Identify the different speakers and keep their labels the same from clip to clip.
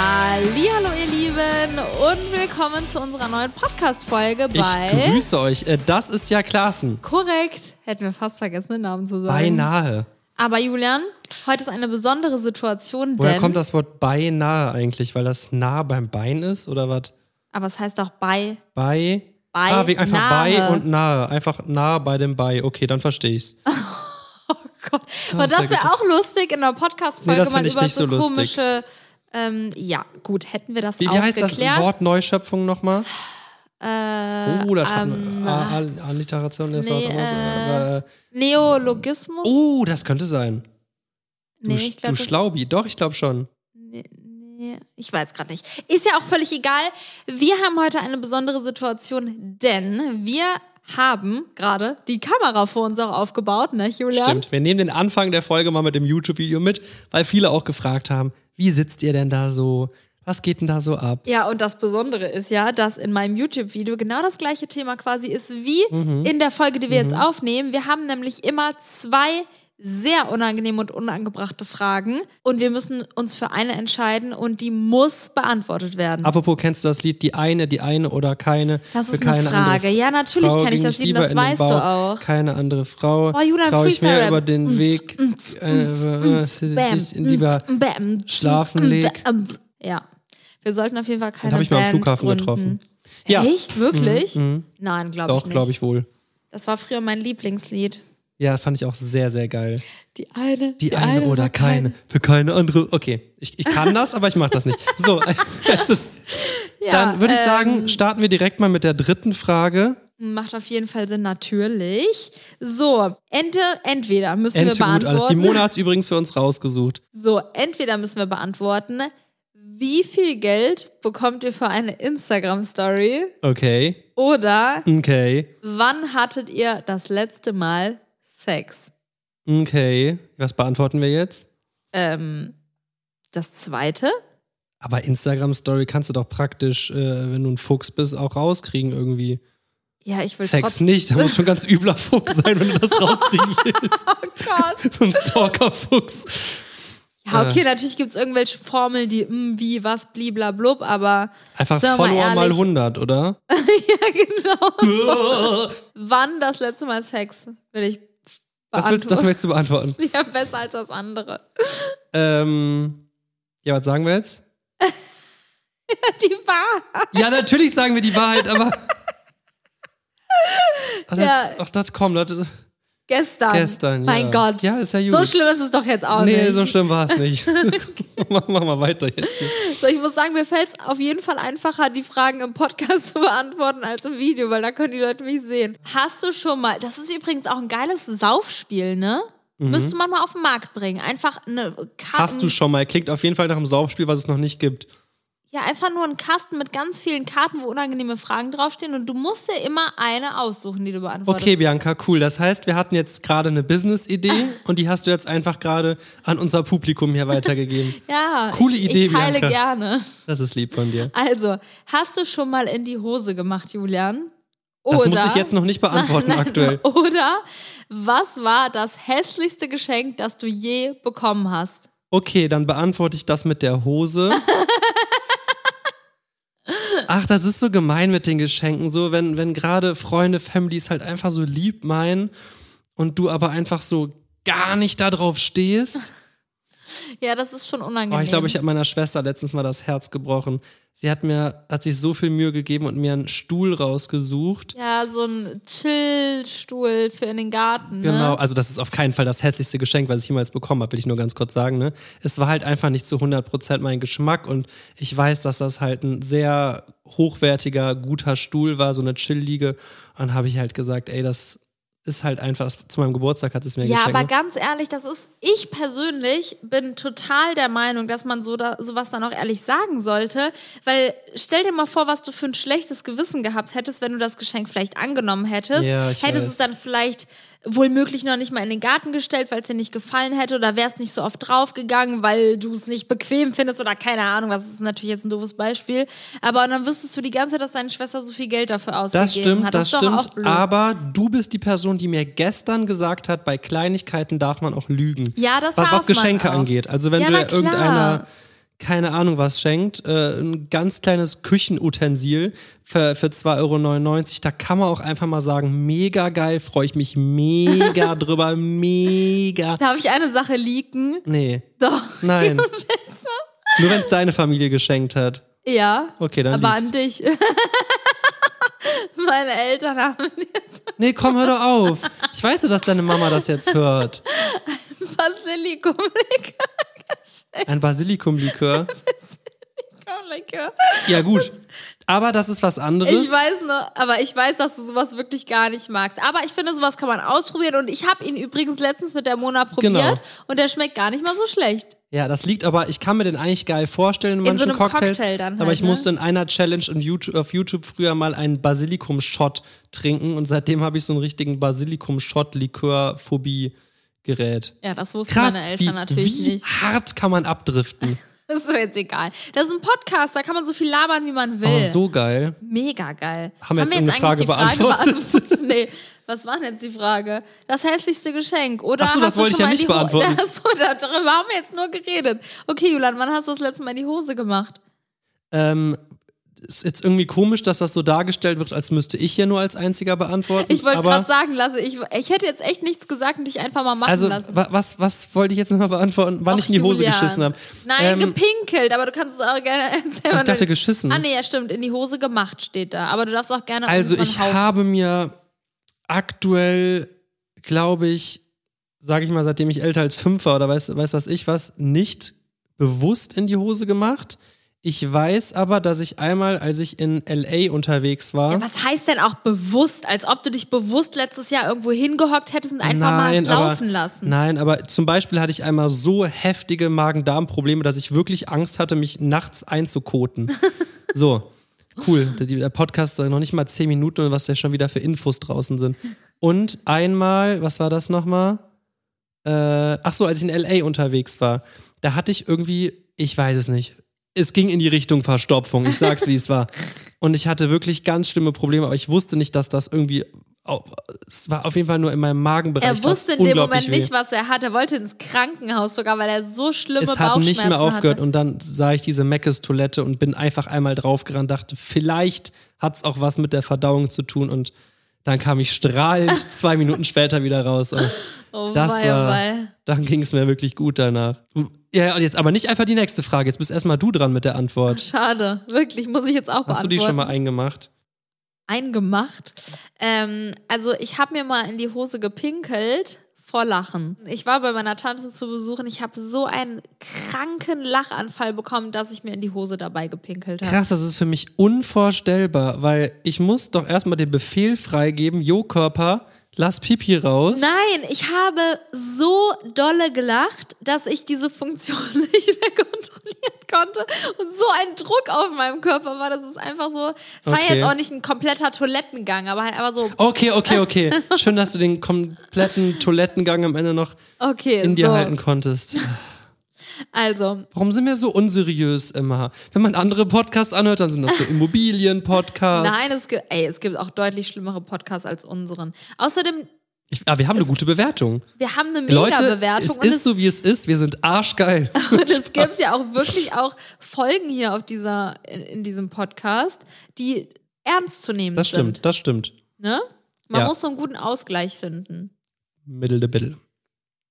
Speaker 1: Hallo ihr Lieben und willkommen zu unserer neuen Podcast-Folge bei...
Speaker 2: Ich grüße euch. Äh, Das ist ja Klassen.
Speaker 1: Korrekt. Hätten wir fast vergessen, den Namen zu sagen.
Speaker 2: Beinahe.
Speaker 1: Aber Julian, heute ist eine besondere Situation,
Speaker 2: Woher
Speaker 1: denn...
Speaker 2: kommt das Wort beinahe eigentlich? Weil das nah beim Bein ist oder was?
Speaker 1: aber es heißt doch bei...
Speaker 2: Bei.
Speaker 1: Bei-
Speaker 2: ah, wie einfach bei
Speaker 1: nahe.
Speaker 2: und nahe. Einfach nah bei dem Bei. Okay, dann verstehe ich's.
Speaker 1: Oh Gott. Und
Speaker 2: sehr
Speaker 1: das
Speaker 2: gut.
Speaker 1: wäre auch lustig, in einer
Speaker 2: Nee,
Speaker 1: Podcast-Folge
Speaker 2: das
Speaker 1: mal
Speaker 2: find ich
Speaker 1: über
Speaker 2: nicht
Speaker 1: so,
Speaker 2: so lustig.
Speaker 1: komische... Ähm, ja, gut, hätten wir das
Speaker 2: Wie,
Speaker 1: auch
Speaker 2: wie heißt das
Speaker 1: geklärt.
Speaker 2: Wort Neuschöpfung nochmal?
Speaker 1: Äh,
Speaker 2: oh, das
Speaker 1: ähm,
Speaker 2: kann ah, Al- Alliteration ist
Speaker 1: nee,
Speaker 2: Wort. raus,
Speaker 1: äh,
Speaker 2: äh,
Speaker 1: Neologismus?
Speaker 2: oh, das könnte sein. Du,
Speaker 1: nee,
Speaker 2: Sch-
Speaker 1: ich glaube,
Speaker 2: du
Speaker 1: das
Speaker 2: Schlaubi. Doch, ich glaube schon.
Speaker 1: Nee, nee, ich weiß gerade nicht. Ist ja auch völlig egal. Wir haben heute eine besondere Situation, denn wir haben gerade die Kamera vor uns auch aufgebaut, ne, Julian?
Speaker 2: Stimmt. Wir nehmen den Anfang der Folge mal mit dem YouTube-Video mit, weil viele auch gefragt haben, wie sitzt ihr denn da so? Was geht denn da so ab?
Speaker 1: Ja, und das Besondere ist ja, dass in meinem YouTube-Video genau das gleiche Thema quasi ist wie in der Folge, die wir jetzt aufnehmen. Wir haben nämlich immer zwei sehr unangenehme und unangebrachte Fragen und wir müssen uns für eine entscheiden und die muss beantwortet werden.
Speaker 2: Apropos, kennst du das Lied Die eine, die eine oder keine?
Speaker 1: Das
Speaker 2: Für
Speaker 1: ist eine
Speaker 2: keine
Speaker 1: Frage.
Speaker 2: andere
Speaker 1: Ja, natürlich
Speaker 2: Frau
Speaker 1: kenn ich
Speaker 2: ging
Speaker 1: das Lied,
Speaker 2: lieber
Speaker 1: das
Speaker 2: in den
Speaker 1: weißt du
Speaker 2: Bau.
Speaker 1: auch.
Speaker 2: Keine andere Frau.
Speaker 1: Oh, Julian,
Speaker 2: Trau ich mir
Speaker 1: Freestyle-Rap.
Speaker 2: über den Weg. äh, äh, sich Lieber.
Speaker 1: bam,
Speaker 2: schlafen leg.
Speaker 1: Ja. Wir sollten auf jeden Fall keine
Speaker 2: Den habe ich mal am
Speaker 1: Band
Speaker 2: Flughafen
Speaker 1: gründen.
Speaker 2: getroffen. Ja. Mhm.
Speaker 1: Echt? Wirklich? Nein, glaube ich
Speaker 2: Doch,
Speaker 1: nicht.
Speaker 2: glaube ich wohl.
Speaker 1: Das war früher mein Lieblingslied.
Speaker 2: Ja, fand ich auch sehr, sehr geil.
Speaker 1: Die eine,
Speaker 2: Die, eine, oder keine. Für keine andere. Okay, ich, ich kann das, aber ich mache das nicht. So, also,
Speaker 1: Ja,
Speaker 2: dann würde ich
Speaker 1: äh,
Speaker 2: sagen, starten wir direkt mal mit der dritten Frage.
Speaker 1: Macht auf jeden Fall Sinn, natürlich. So, Ente, entweder müssen
Speaker 2: Ente
Speaker 1: wir
Speaker 2: gut alles. Die
Speaker 1: beantworten.
Speaker 2: Mona hat übrigens für uns rausgesucht.
Speaker 1: So, entweder müssen wir beantworten, wie viel Geld bekommt ihr für eine Instagram-Story?
Speaker 2: Okay,
Speaker 1: Oder
Speaker 2: okay,
Speaker 1: wann hattet ihr das letzte Mal Sex?
Speaker 2: okay. Was beantworten wir jetzt?
Speaker 1: Ähm, das zweite?
Speaker 2: Aber Instagram-Story kannst du doch praktisch, äh, wenn du ein Fuchs bist, auch rauskriegen irgendwie.
Speaker 1: Ja, ich will
Speaker 2: Sex
Speaker 1: trotzdem.
Speaker 2: nicht, da muss schon ganz übler Fuchs sein, wenn du das rauskriegen willst.
Speaker 1: Oh Gott.
Speaker 2: So ein Stalker-Fuchs.
Speaker 1: Ja,
Speaker 2: Äh.
Speaker 1: okay, natürlich gibt es irgendwelche Formeln, die mm, wie, was, bliblablub, aber
Speaker 2: Einfach
Speaker 1: Sagen wir mal
Speaker 2: Follower mal
Speaker 1: ehrlich.
Speaker 2: 100, oder?
Speaker 1: genau. wann das letzte Mal Sex? Will ich
Speaker 2: Das willst, das
Speaker 1: beantworten.
Speaker 2: möchtest du beantworten.
Speaker 1: ja, besser als das andere.
Speaker 2: Ähm, ja, was sagen wir jetzt?
Speaker 1: Die Wahrheit.
Speaker 2: Ja, natürlich sagen wir die Wahrheit, aber. Ach, das,
Speaker 1: Ja.
Speaker 2: ach, das kommt. Das,
Speaker 1: Gestern.
Speaker 2: Gestern,
Speaker 1: Mein
Speaker 2: ja.
Speaker 1: Gott.
Speaker 2: Ja, ist ja gut.
Speaker 1: So schlimm ist es doch jetzt auch
Speaker 2: nee,
Speaker 1: nicht.
Speaker 2: so schlimm war es nicht. mach, mach mal weiter jetzt.
Speaker 1: So, ich muss sagen, mir fällt es auf jeden Fall einfacher, die Fragen im Podcast zu beantworten als im Video, weil da können die Leute mich sehen. Hast du schon mal, das ist übrigens auch ein geiles Saufspiel, ne? Müsste man mal auf den Markt bringen. Einfach eine Karten.
Speaker 2: Mhm. Hast du schon mal. Klingt auf jeden Fall nach einem Saufspiel, was es noch nicht gibt.
Speaker 1: Ja, einfach nur einen Kasten mit ganz vielen Karten, wo unangenehme Fragen draufstehen und du musst dir immer eine aussuchen, die du beantwortest.
Speaker 2: Okay, Bianca, cool. Das heißt, wir hatten jetzt gerade eine Business-Idee
Speaker 1: Ah.
Speaker 2: und die hast du jetzt einfach gerade an unser Publikum hier weitergegeben.
Speaker 1: Ja,
Speaker 2: Coole
Speaker 1: ich,
Speaker 2: Idee,
Speaker 1: ich teile
Speaker 2: Bianca.
Speaker 1: gerne.
Speaker 2: Das ist lieb von dir.
Speaker 1: Also, hast du schon mal in die Hose gemacht, Julian? Oder,
Speaker 2: Das muss ich jetzt noch nicht beantworten aktuell.
Speaker 1: Oder was war das hässlichste Geschenk, das du je bekommen hast?
Speaker 2: Okay, dann beantworte ich das mit der Hose. Ach, das ist so gemein mit den Geschenken. So, wenn, wenn gerade Freunde, Families halt einfach so lieb meinen und du aber einfach so gar nicht da drauf stehst.
Speaker 1: Ja, das ist schon unangenehm.
Speaker 2: Oh, ich glaube, ich habe meiner Schwester letztens mal das Herz gebrochen. Sie hat mir, hat sich so viel Mühe gegeben und mir einen Stuhl rausgesucht.
Speaker 1: ja, so ein Chillstuhl für in den Garten. Ne?
Speaker 2: Genau, also das ist auf keinen Fall das hässlichste Geschenk, was ich jemals bekommen habe, will ich nur ganz kurz sagen. Ne? Es war halt einfach nicht zu 100% mein Geschmack und ich weiß, dass das halt ein sehr hochwertiger, guter Stuhl war, so eine Chill-Liege. Und dann habe ich halt gesagt, ey, das ist halt einfach, das, zu meinem Geburtstag hat sie es mir
Speaker 1: Ja,
Speaker 2: geschenkt.
Speaker 1: aber
Speaker 2: ne?
Speaker 1: ganz ehrlich, das ist, ich persönlich bin total der Meinung, dass man so da, sowas dann auch ehrlich sagen sollte, weil stell dir mal vor, was du für ein schlechtes Gewissen gehabt hättest, wenn du das Geschenk vielleicht angenommen hättest.
Speaker 2: Ja, ich
Speaker 1: hättest
Speaker 2: weiß.
Speaker 1: es dann vielleicht wohl möglich noch nicht mal in den Garten gestellt, weil es dir nicht gefallen hätte oder wärst nicht so oft draufgegangen, weil du es nicht bequem findest oder keine Ahnung, was ist natürlich jetzt ein doofes Beispiel, aber dann wüsstest du die ganze Zeit, dass deine Schwester so viel Geld dafür ausgegeben
Speaker 2: Das stimmt,
Speaker 1: hat. ist
Speaker 2: das
Speaker 1: doch auch
Speaker 2: stimmt.
Speaker 1: blöd.
Speaker 2: Aber du bist die Person, die mir gestern gesagt hat, bei Kleinigkeiten darf man auch lügen.
Speaker 1: Ja, das
Speaker 2: was,
Speaker 1: darf
Speaker 2: was Geschenke
Speaker 1: man auch.
Speaker 2: angeht. Also wenn
Speaker 1: Ja,
Speaker 2: du
Speaker 1: na
Speaker 2: irgendeiner, keine Ahnung was schenkt, äh, ein ganz kleines Küchenutensil für, für 2,99 Euro. Da kann man auch einfach mal sagen, mega geil, freue ich mich mega drüber, mega.
Speaker 1: Darf ich eine Sache leaken?
Speaker 2: Nee,
Speaker 1: Doch.
Speaker 2: nein. Nur wenn es deine Familie geschenkt hat.
Speaker 1: Ja.
Speaker 2: Okay, dann
Speaker 1: aber
Speaker 2: liegt's.
Speaker 1: an dich. Meine Eltern haben
Speaker 2: Nee, komm, hör doch auf. Ich weiß ja, dass deine Mama das jetzt hört.
Speaker 1: Basilikum-Likör.
Speaker 2: Ein Basilikumlikör. Ja, gut. Aber das ist was anderes.
Speaker 1: Ich weiß nur, aber ich weiß, dass du sowas wirklich gar nicht magst. Aber ich finde, sowas kann man ausprobieren. Und ich habe ihn übrigens letztens mit der Mona probiert
Speaker 2: Genau.
Speaker 1: und der schmeckt gar nicht mal so schlecht.
Speaker 2: Ja, das liegt aber, ich kann mir den eigentlich geil vorstellen in
Speaker 1: In
Speaker 2: manchen
Speaker 1: so einem
Speaker 2: Cocktails.
Speaker 1: Cocktail dann halt,
Speaker 2: aber ich
Speaker 1: ne?
Speaker 2: musste in einer Challenge in YouTube, auf YouTube früher mal einen Basilikum-Shot trinken und seitdem habe ich so einen richtigen Basilikum-Shot-Likör-Phobie-Gerät.
Speaker 1: Ja, das wussten
Speaker 2: Krass,
Speaker 1: meine Eltern
Speaker 2: wie,
Speaker 1: natürlich
Speaker 2: wie
Speaker 1: nicht.
Speaker 2: hart kann man abdriften.
Speaker 1: Das ist mir jetzt egal. Das ist ein Podcast, da kann man so viel labern, wie man will.
Speaker 2: Oh, so geil.
Speaker 1: Mega geil.
Speaker 2: Haben wir jetzt irgendeine Frage
Speaker 1: beantwortet? nee. Was war denn jetzt die Frage? Das hässlichste Geschenk, oder?
Speaker 2: Ach so, das
Speaker 1: hast du
Speaker 2: wollte
Speaker 1: schon mal
Speaker 2: ich ja
Speaker 1: die
Speaker 2: nicht
Speaker 1: Ho-
Speaker 2: beantworten.
Speaker 1: Ach so, darüber haben wir jetzt nur geredet. Okay, Julian, wann hast du das letzte Mal die Hose gemacht?
Speaker 2: Ähm, ist jetzt irgendwie komisch, dass das so dargestellt wird, als müsste ich hier nur als einziger beantworten.
Speaker 1: Ich wollte
Speaker 2: aber-
Speaker 1: gerade sagen lassen, ich, ich hätte jetzt echt nichts gesagt und dich einfach mal machen
Speaker 2: Also,
Speaker 1: lassen.
Speaker 2: wa- was, was wollte ich jetzt nochmal beantworten? Wann
Speaker 1: Ach,
Speaker 2: ich in die Hose
Speaker 1: Julian.
Speaker 2: geschissen habe.
Speaker 1: Nein,
Speaker 2: Ähm,
Speaker 1: gepinkelt, aber du kannst es auch gerne erzählen.
Speaker 2: ich
Speaker 1: wenn
Speaker 2: dachte
Speaker 1: du-
Speaker 2: geschissen.
Speaker 1: Ah, nee, ja, stimmt. In die Hose gemacht steht da. Aber du darfst auch gerne.
Speaker 2: Also
Speaker 1: unseren
Speaker 2: ich
Speaker 1: Haufen-
Speaker 2: habe mir aktuell, glaube ich, sage ich mal, seitdem ich älter als fünf war oder weiß, weiß was ich was, nicht bewusst in die Hose gemacht. Ich weiß aber, dass ich einmal, als ich in LA unterwegs war,
Speaker 1: Ja, was heißt denn auch bewusst? Als ob du dich bewusst letztes Jahr irgendwo hingehockt hättest und einfach mal hast
Speaker 2: aber-
Speaker 1: laufen lassen.
Speaker 2: Nein, aber zum Beispiel hatte ich einmal so heftige Magen-Darm-Probleme, dass ich wirklich Angst hatte, mich nachts einzukoten. so, cool. Der, der Podcast ist noch nicht mal zehn Minuten und was da schon wieder für Infos draußen sind. Und einmal, was war das nochmal? Äh, ach so, als ich in L.A. unterwegs war, da hatte ich irgendwie, ich weiß es nicht, es ging in die Richtung Verstopfung. Ich sag's, wie es war. Und ich hatte wirklich ganz schlimme Probleme, aber ich wusste nicht, dass das irgendwie. au- Es war auf jeden Fall nur in meinem Magenbereich.
Speaker 1: Er wusste
Speaker 2: tat's
Speaker 1: in dem
Speaker 2: unglaublich
Speaker 1: Moment
Speaker 2: weh.
Speaker 1: nicht, was er hat. Er wollte ins Krankenhaus sogar, weil er so schlimme
Speaker 2: Es hat
Speaker 1: Bauchschmerzen
Speaker 2: nicht mehr aufgehört
Speaker 1: hatte.
Speaker 2: und dann sah ich diese Meckes-Toilette und bin einfach einmal draufgerannt, dachte, vielleicht hat's auch was mit der Verdauung zu tun und dann kam ich strahlend zwei Minuten später wieder raus. Und
Speaker 1: Oh
Speaker 2: das
Speaker 1: wei, oh
Speaker 2: war,
Speaker 1: wei.
Speaker 2: dann ging es mir wirklich gut danach. Ja, und jetzt aber nicht einfach die nächste Frage. Jetzt bist erstmal du dran mit der Antwort.
Speaker 1: Schade, wirklich, muss ich jetzt auch
Speaker 2: Hast du
Speaker 1: beantworten.
Speaker 2: die schon mal eingemacht?
Speaker 1: eingemacht. Ähm, also ich habe mir mal in die Hose gepinkelt vor Lachen. Ich war bei meiner Tante zu besuchen. Ich habe so einen kranken Lachanfall bekommen, dass ich mir in die Hose dabei gepinkelt habe.
Speaker 2: Krass, das ist für mich unvorstellbar, weil ich muss doch erstmal den Befehl freigeben, Jo Körper, lass Pipi raus.
Speaker 1: Nein, ich habe so dolle gelacht, dass ich diese Funktion nicht mehr kontrollieren konnte. Und so ein Druck auf meinem Körper war, dass es einfach so. Es war
Speaker 2: Okay.
Speaker 1: jetzt auch nicht ein kompletter Toilettengang, aber halt aber so,
Speaker 2: Okay, okay, okay. Schön, dass du den kompletten Toilettengang am Ende noch
Speaker 1: okay,
Speaker 2: in dir halten
Speaker 1: so.
Speaker 2: konntest.
Speaker 1: Also,
Speaker 2: Warum sind wir so unseriös immer? Wenn man andere Podcasts anhört, dann sind das so Immobilien-Podcasts.
Speaker 1: Nein, es gibt, ey, es gibt auch deutlich schlimmere Podcasts als unseren. Außerdem,
Speaker 2: Ich, ah, wir haben eine gute Bewertung.
Speaker 1: wir haben eine
Speaker 2: Leute, es
Speaker 1: Mega-Bewertung und
Speaker 2: ist
Speaker 1: es,
Speaker 2: so, wie es ist. Wir sind arschgeil. Ah,
Speaker 1: und es gibt ja auch wirklich auch Folgen hier auf dieser, in, in diesem Podcast, die ernst zu nehmen
Speaker 2: Das
Speaker 1: sind.
Speaker 2: stimmt, das stimmt.
Speaker 1: Ne? Man
Speaker 2: Ja.
Speaker 1: muss so einen guten Ausgleich finden.
Speaker 2: Middle de Biddle.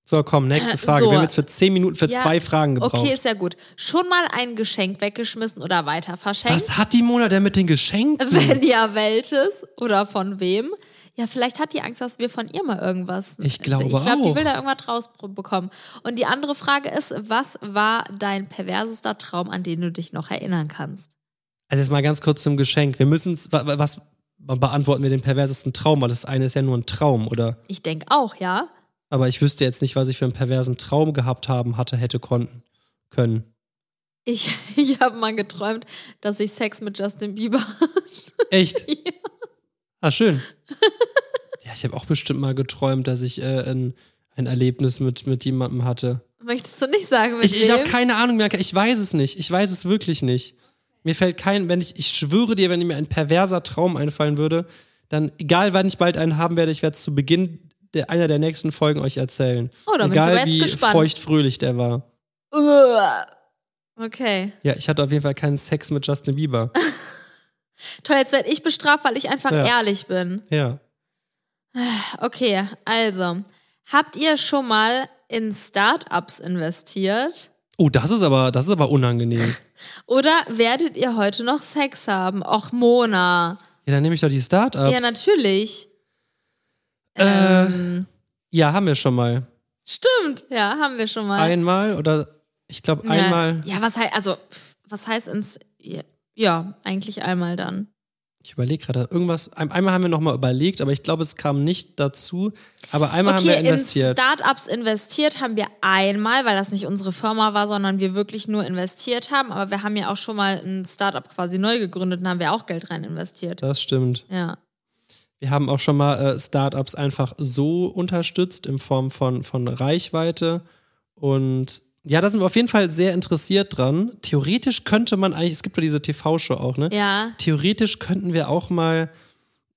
Speaker 2: So, komm, nächste Frage.
Speaker 1: so.
Speaker 2: Wir haben jetzt für 10 Minuten für
Speaker 1: Ja.
Speaker 2: zwei Fragen gebraucht.
Speaker 1: Okay, ist ja gut. Schon mal ein Geschenk weggeschmissen oder weiter verschenkt?
Speaker 2: Was hat die Mona denn mit den Geschenken?
Speaker 1: Wenn ja, welches oder von wem? Ja, vielleicht hat die Angst, dass wir von ihr mal irgendwas.
Speaker 2: Ich glaube
Speaker 1: Ich glaube, die
Speaker 2: auch.
Speaker 1: will da irgendwas rausbekommen. Und die andere Frage ist, was war dein perversester Traum, an den du dich noch erinnern kannst?
Speaker 2: Also jetzt mal ganz kurz zum Geschenk. Wir müssen es, was beantworten wir den perversesten Traum? Weil das eine ist ja nur ein Traum, oder?
Speaker 1: Ich denke auch, ja.
Speaker 2: Aber ich wüsste jetzt nicht, was ich für einen perversen Traum gehabt haben hatte, hätte konnten können.
Speaker 1: Ich, ich habe mal geträumt, dass ich Sex mit Justin Bieber.
Speaker 2: Echt?
Speaker 1: Ja.
Speaker 2: Ah, schön. ja, ich habe auch bestimmt mal geträumt, dass ich äh, ein, ein Erlebnis mit, mit jemandem hatte.
Speaker 1: Möchtest du nicht sagen, mit
Speaker 2: Ich, ich habe
Speaker 1: wem?
Speaker 2: keine Ahnung mehr. Ich weiß es nicht. Ich weiß es wirklich nicht. Mir fällt kein, wenn ich, ich schwöre dir, wenn mir ein perverser Traum einfallen würde, dann egal wann ich bald einen haben werde, ich werde es zu Beginn der, einer der nächsten Folgen euch erzählen.
Speaker 1: Oh, da bin ich
Speaker 2: egal
Speaker 1: aber jetzt
Speaker 2: wie
Speaker 1: gespannt.
Speaker 2: feuchtfröhlich der war.
Speaker 1: Uah. Okay.
Speaker 2: Ja, ich hatte auf jeden Fall keinen Sex mit Justin Bieber.
Speaker 1: Toll, jetzt werde ich bestraft, weil ich einfach
Speaker 2: Ja.
Speaker 1: ehrlich bin.
Speaker 2: Ja.
Speaker 1: Okay, also. Habt ihr schon mal in Startups investiert?
Speaker 2: Oh, das ist aber, das ist aber unangenehm.
Speaker 1: Oder werdet ihr heute noch Sex haben? Och, Mona.
Speaker 2: Ja, dann nehme ich doch die Startups.
Speaker 1: Ja, natürlich.
Speaker 2: Äh.
Speaker 1: Ähm,
Speaker 2: Ja, haben wir schon mal.
Speaker 1: stimmt, ja, haben wir schon mal.
Speaker 2: Einmal oder ich glaube
Speaker 1: Ja.
Speaker 2: einmal.
Speaker 1: Ja, was heißt, also, pff, was heißt ins. Ja, Ja, eigentlich einmal dann.
Speaker 2: Ich überlege gerade irgendwas. ein- Einmal haben wir nochmal überlegt, aber ich glaube, es kam nicht dazu. Aber einmal haben wir
Speaker 1: Okay, in
Speaker 2: investiert.
Speaker 1: Startups investiert haben wir einmal, weil das nicht unsere Firma war, sondern wir wirklich nur investiert haben. Aber wir haben ja auch schon mal ein Startup quasi neu gegründet und haben wir auch Geld rein investiert.
Speaker 2: Das stimmt.
Speaker 1: Ja.
Speaker 2: Wir haben auch schon mal äh, Startups einfach so unterstützt in Form von, von Reichweite. Und ja, da sind wir auf jeden Fall sehr interessiert dran. Theoretisch könnte man eigentlich, es gibt ja diese TV-Show auch, ne?
Speaker 1: Ja.
Speaker 2: Theoretisch könnten wir auch mal,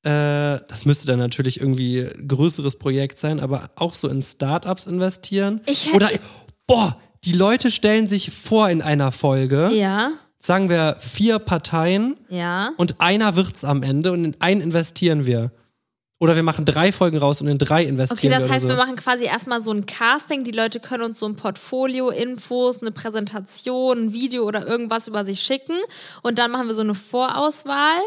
Speaker 2: äh, das müsste dann natürlich irgendwie ein größeres Projekt sein, aber auch so in Startups investieren.
Speaker 1: Ich hätt-
Speaker 2: Oder, boah, die Leute stellen sich vor in einer Folge,
Speaker 1: Ja.
Speaker 2: sagen wir vier Parteien
Speaker 1: Ja.
Speaker 2: und einer wird's am Ende und in einen investieren wir. Oder wir machen drei Folgen raus und in drei
Speaker 1: Okay,
Speaker 2: investieren
Speaker 1: das
Speaker 2: wir.
Speaker 1: heißt, wir
Speaker 2: oder so.
Speaker 1: machen quasi erstmal so ein Casting. Die Leute können uns so ein Portfolio, Infos, eine Präsentation, ein Video oder irgendwas über sich schicken. Und dann machen wir so eine Vorauswahl.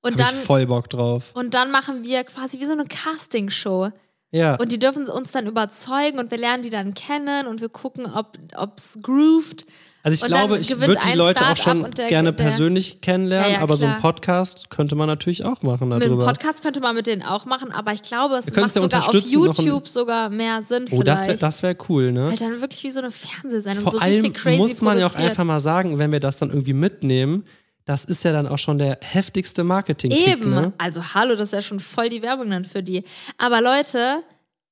Speaker 1: Und
Speaker 2: Hab
Speaker 1: dann,
Speaker 2: ich voll Bock drauf.
Speaker 1: und dann machen wir quasi wie so eine Casting-Show.
Speaker 2: Ja.
Speaker 1: Und die dürfen uns dann überzeugen und wir lernen die dann kennen und wir gucken, ob ob's grooved.
Speaker 2: also ich
Speaker 1: und dann
Speaker 2: glaube, ich
Speaker 1: gewinnt
Speaker 2: würde die
Speaker 1: ein
Speaker 2: Leute auch
Speaker 1: Start-up
Speaker 2: schon
Speaker 1: und der-
Speaker 2: gerne
Speaker 1: der-
Speaker 2: persönlich kennenlernen,
Speaker 1: Ja, ja,
Speaker 2: aber so einen
Speaker 1: klar.
Speaker 2: Podcast könnte man natürlich auch machen
Speaker 1: Mit dem
Speaker 2: darüber.
Speaker 1: Podcast könnte man mit denen auch machen, aber ich glaube, es
Speaker 2: können's
Speaker 1: macht
Speaker 2: ja
Speaker 1: sogar auf
Speaker 2: unterstützen, noch ein-
Speaker 1: YouTube sogar mehr Sinn
Speaker 2: oh, das wäre
Speaker 1: vielleicht.
Speaker 2: das wär cool, ne?
Speaker 1: Halt dann wirklich wie so eine Fernsehsendung,
Speaker 2: Vor
Speaker 1: so
Speaker 2: allem
Speaker 1: richtig crazy
Speaker 2: muss man ja auch
Speaker 1: produziert.
Speaker 2: einfach mal sagen, wenn wir das dann irgendwie mitnehmen, das ist ja dann auch schon der heftigste marketing
Speaker 1: Eben.
Speaker 2: Ne?
Speaker 1: Also hallo, das ist ja schon voll die Werbung dann für die. Aber Leute,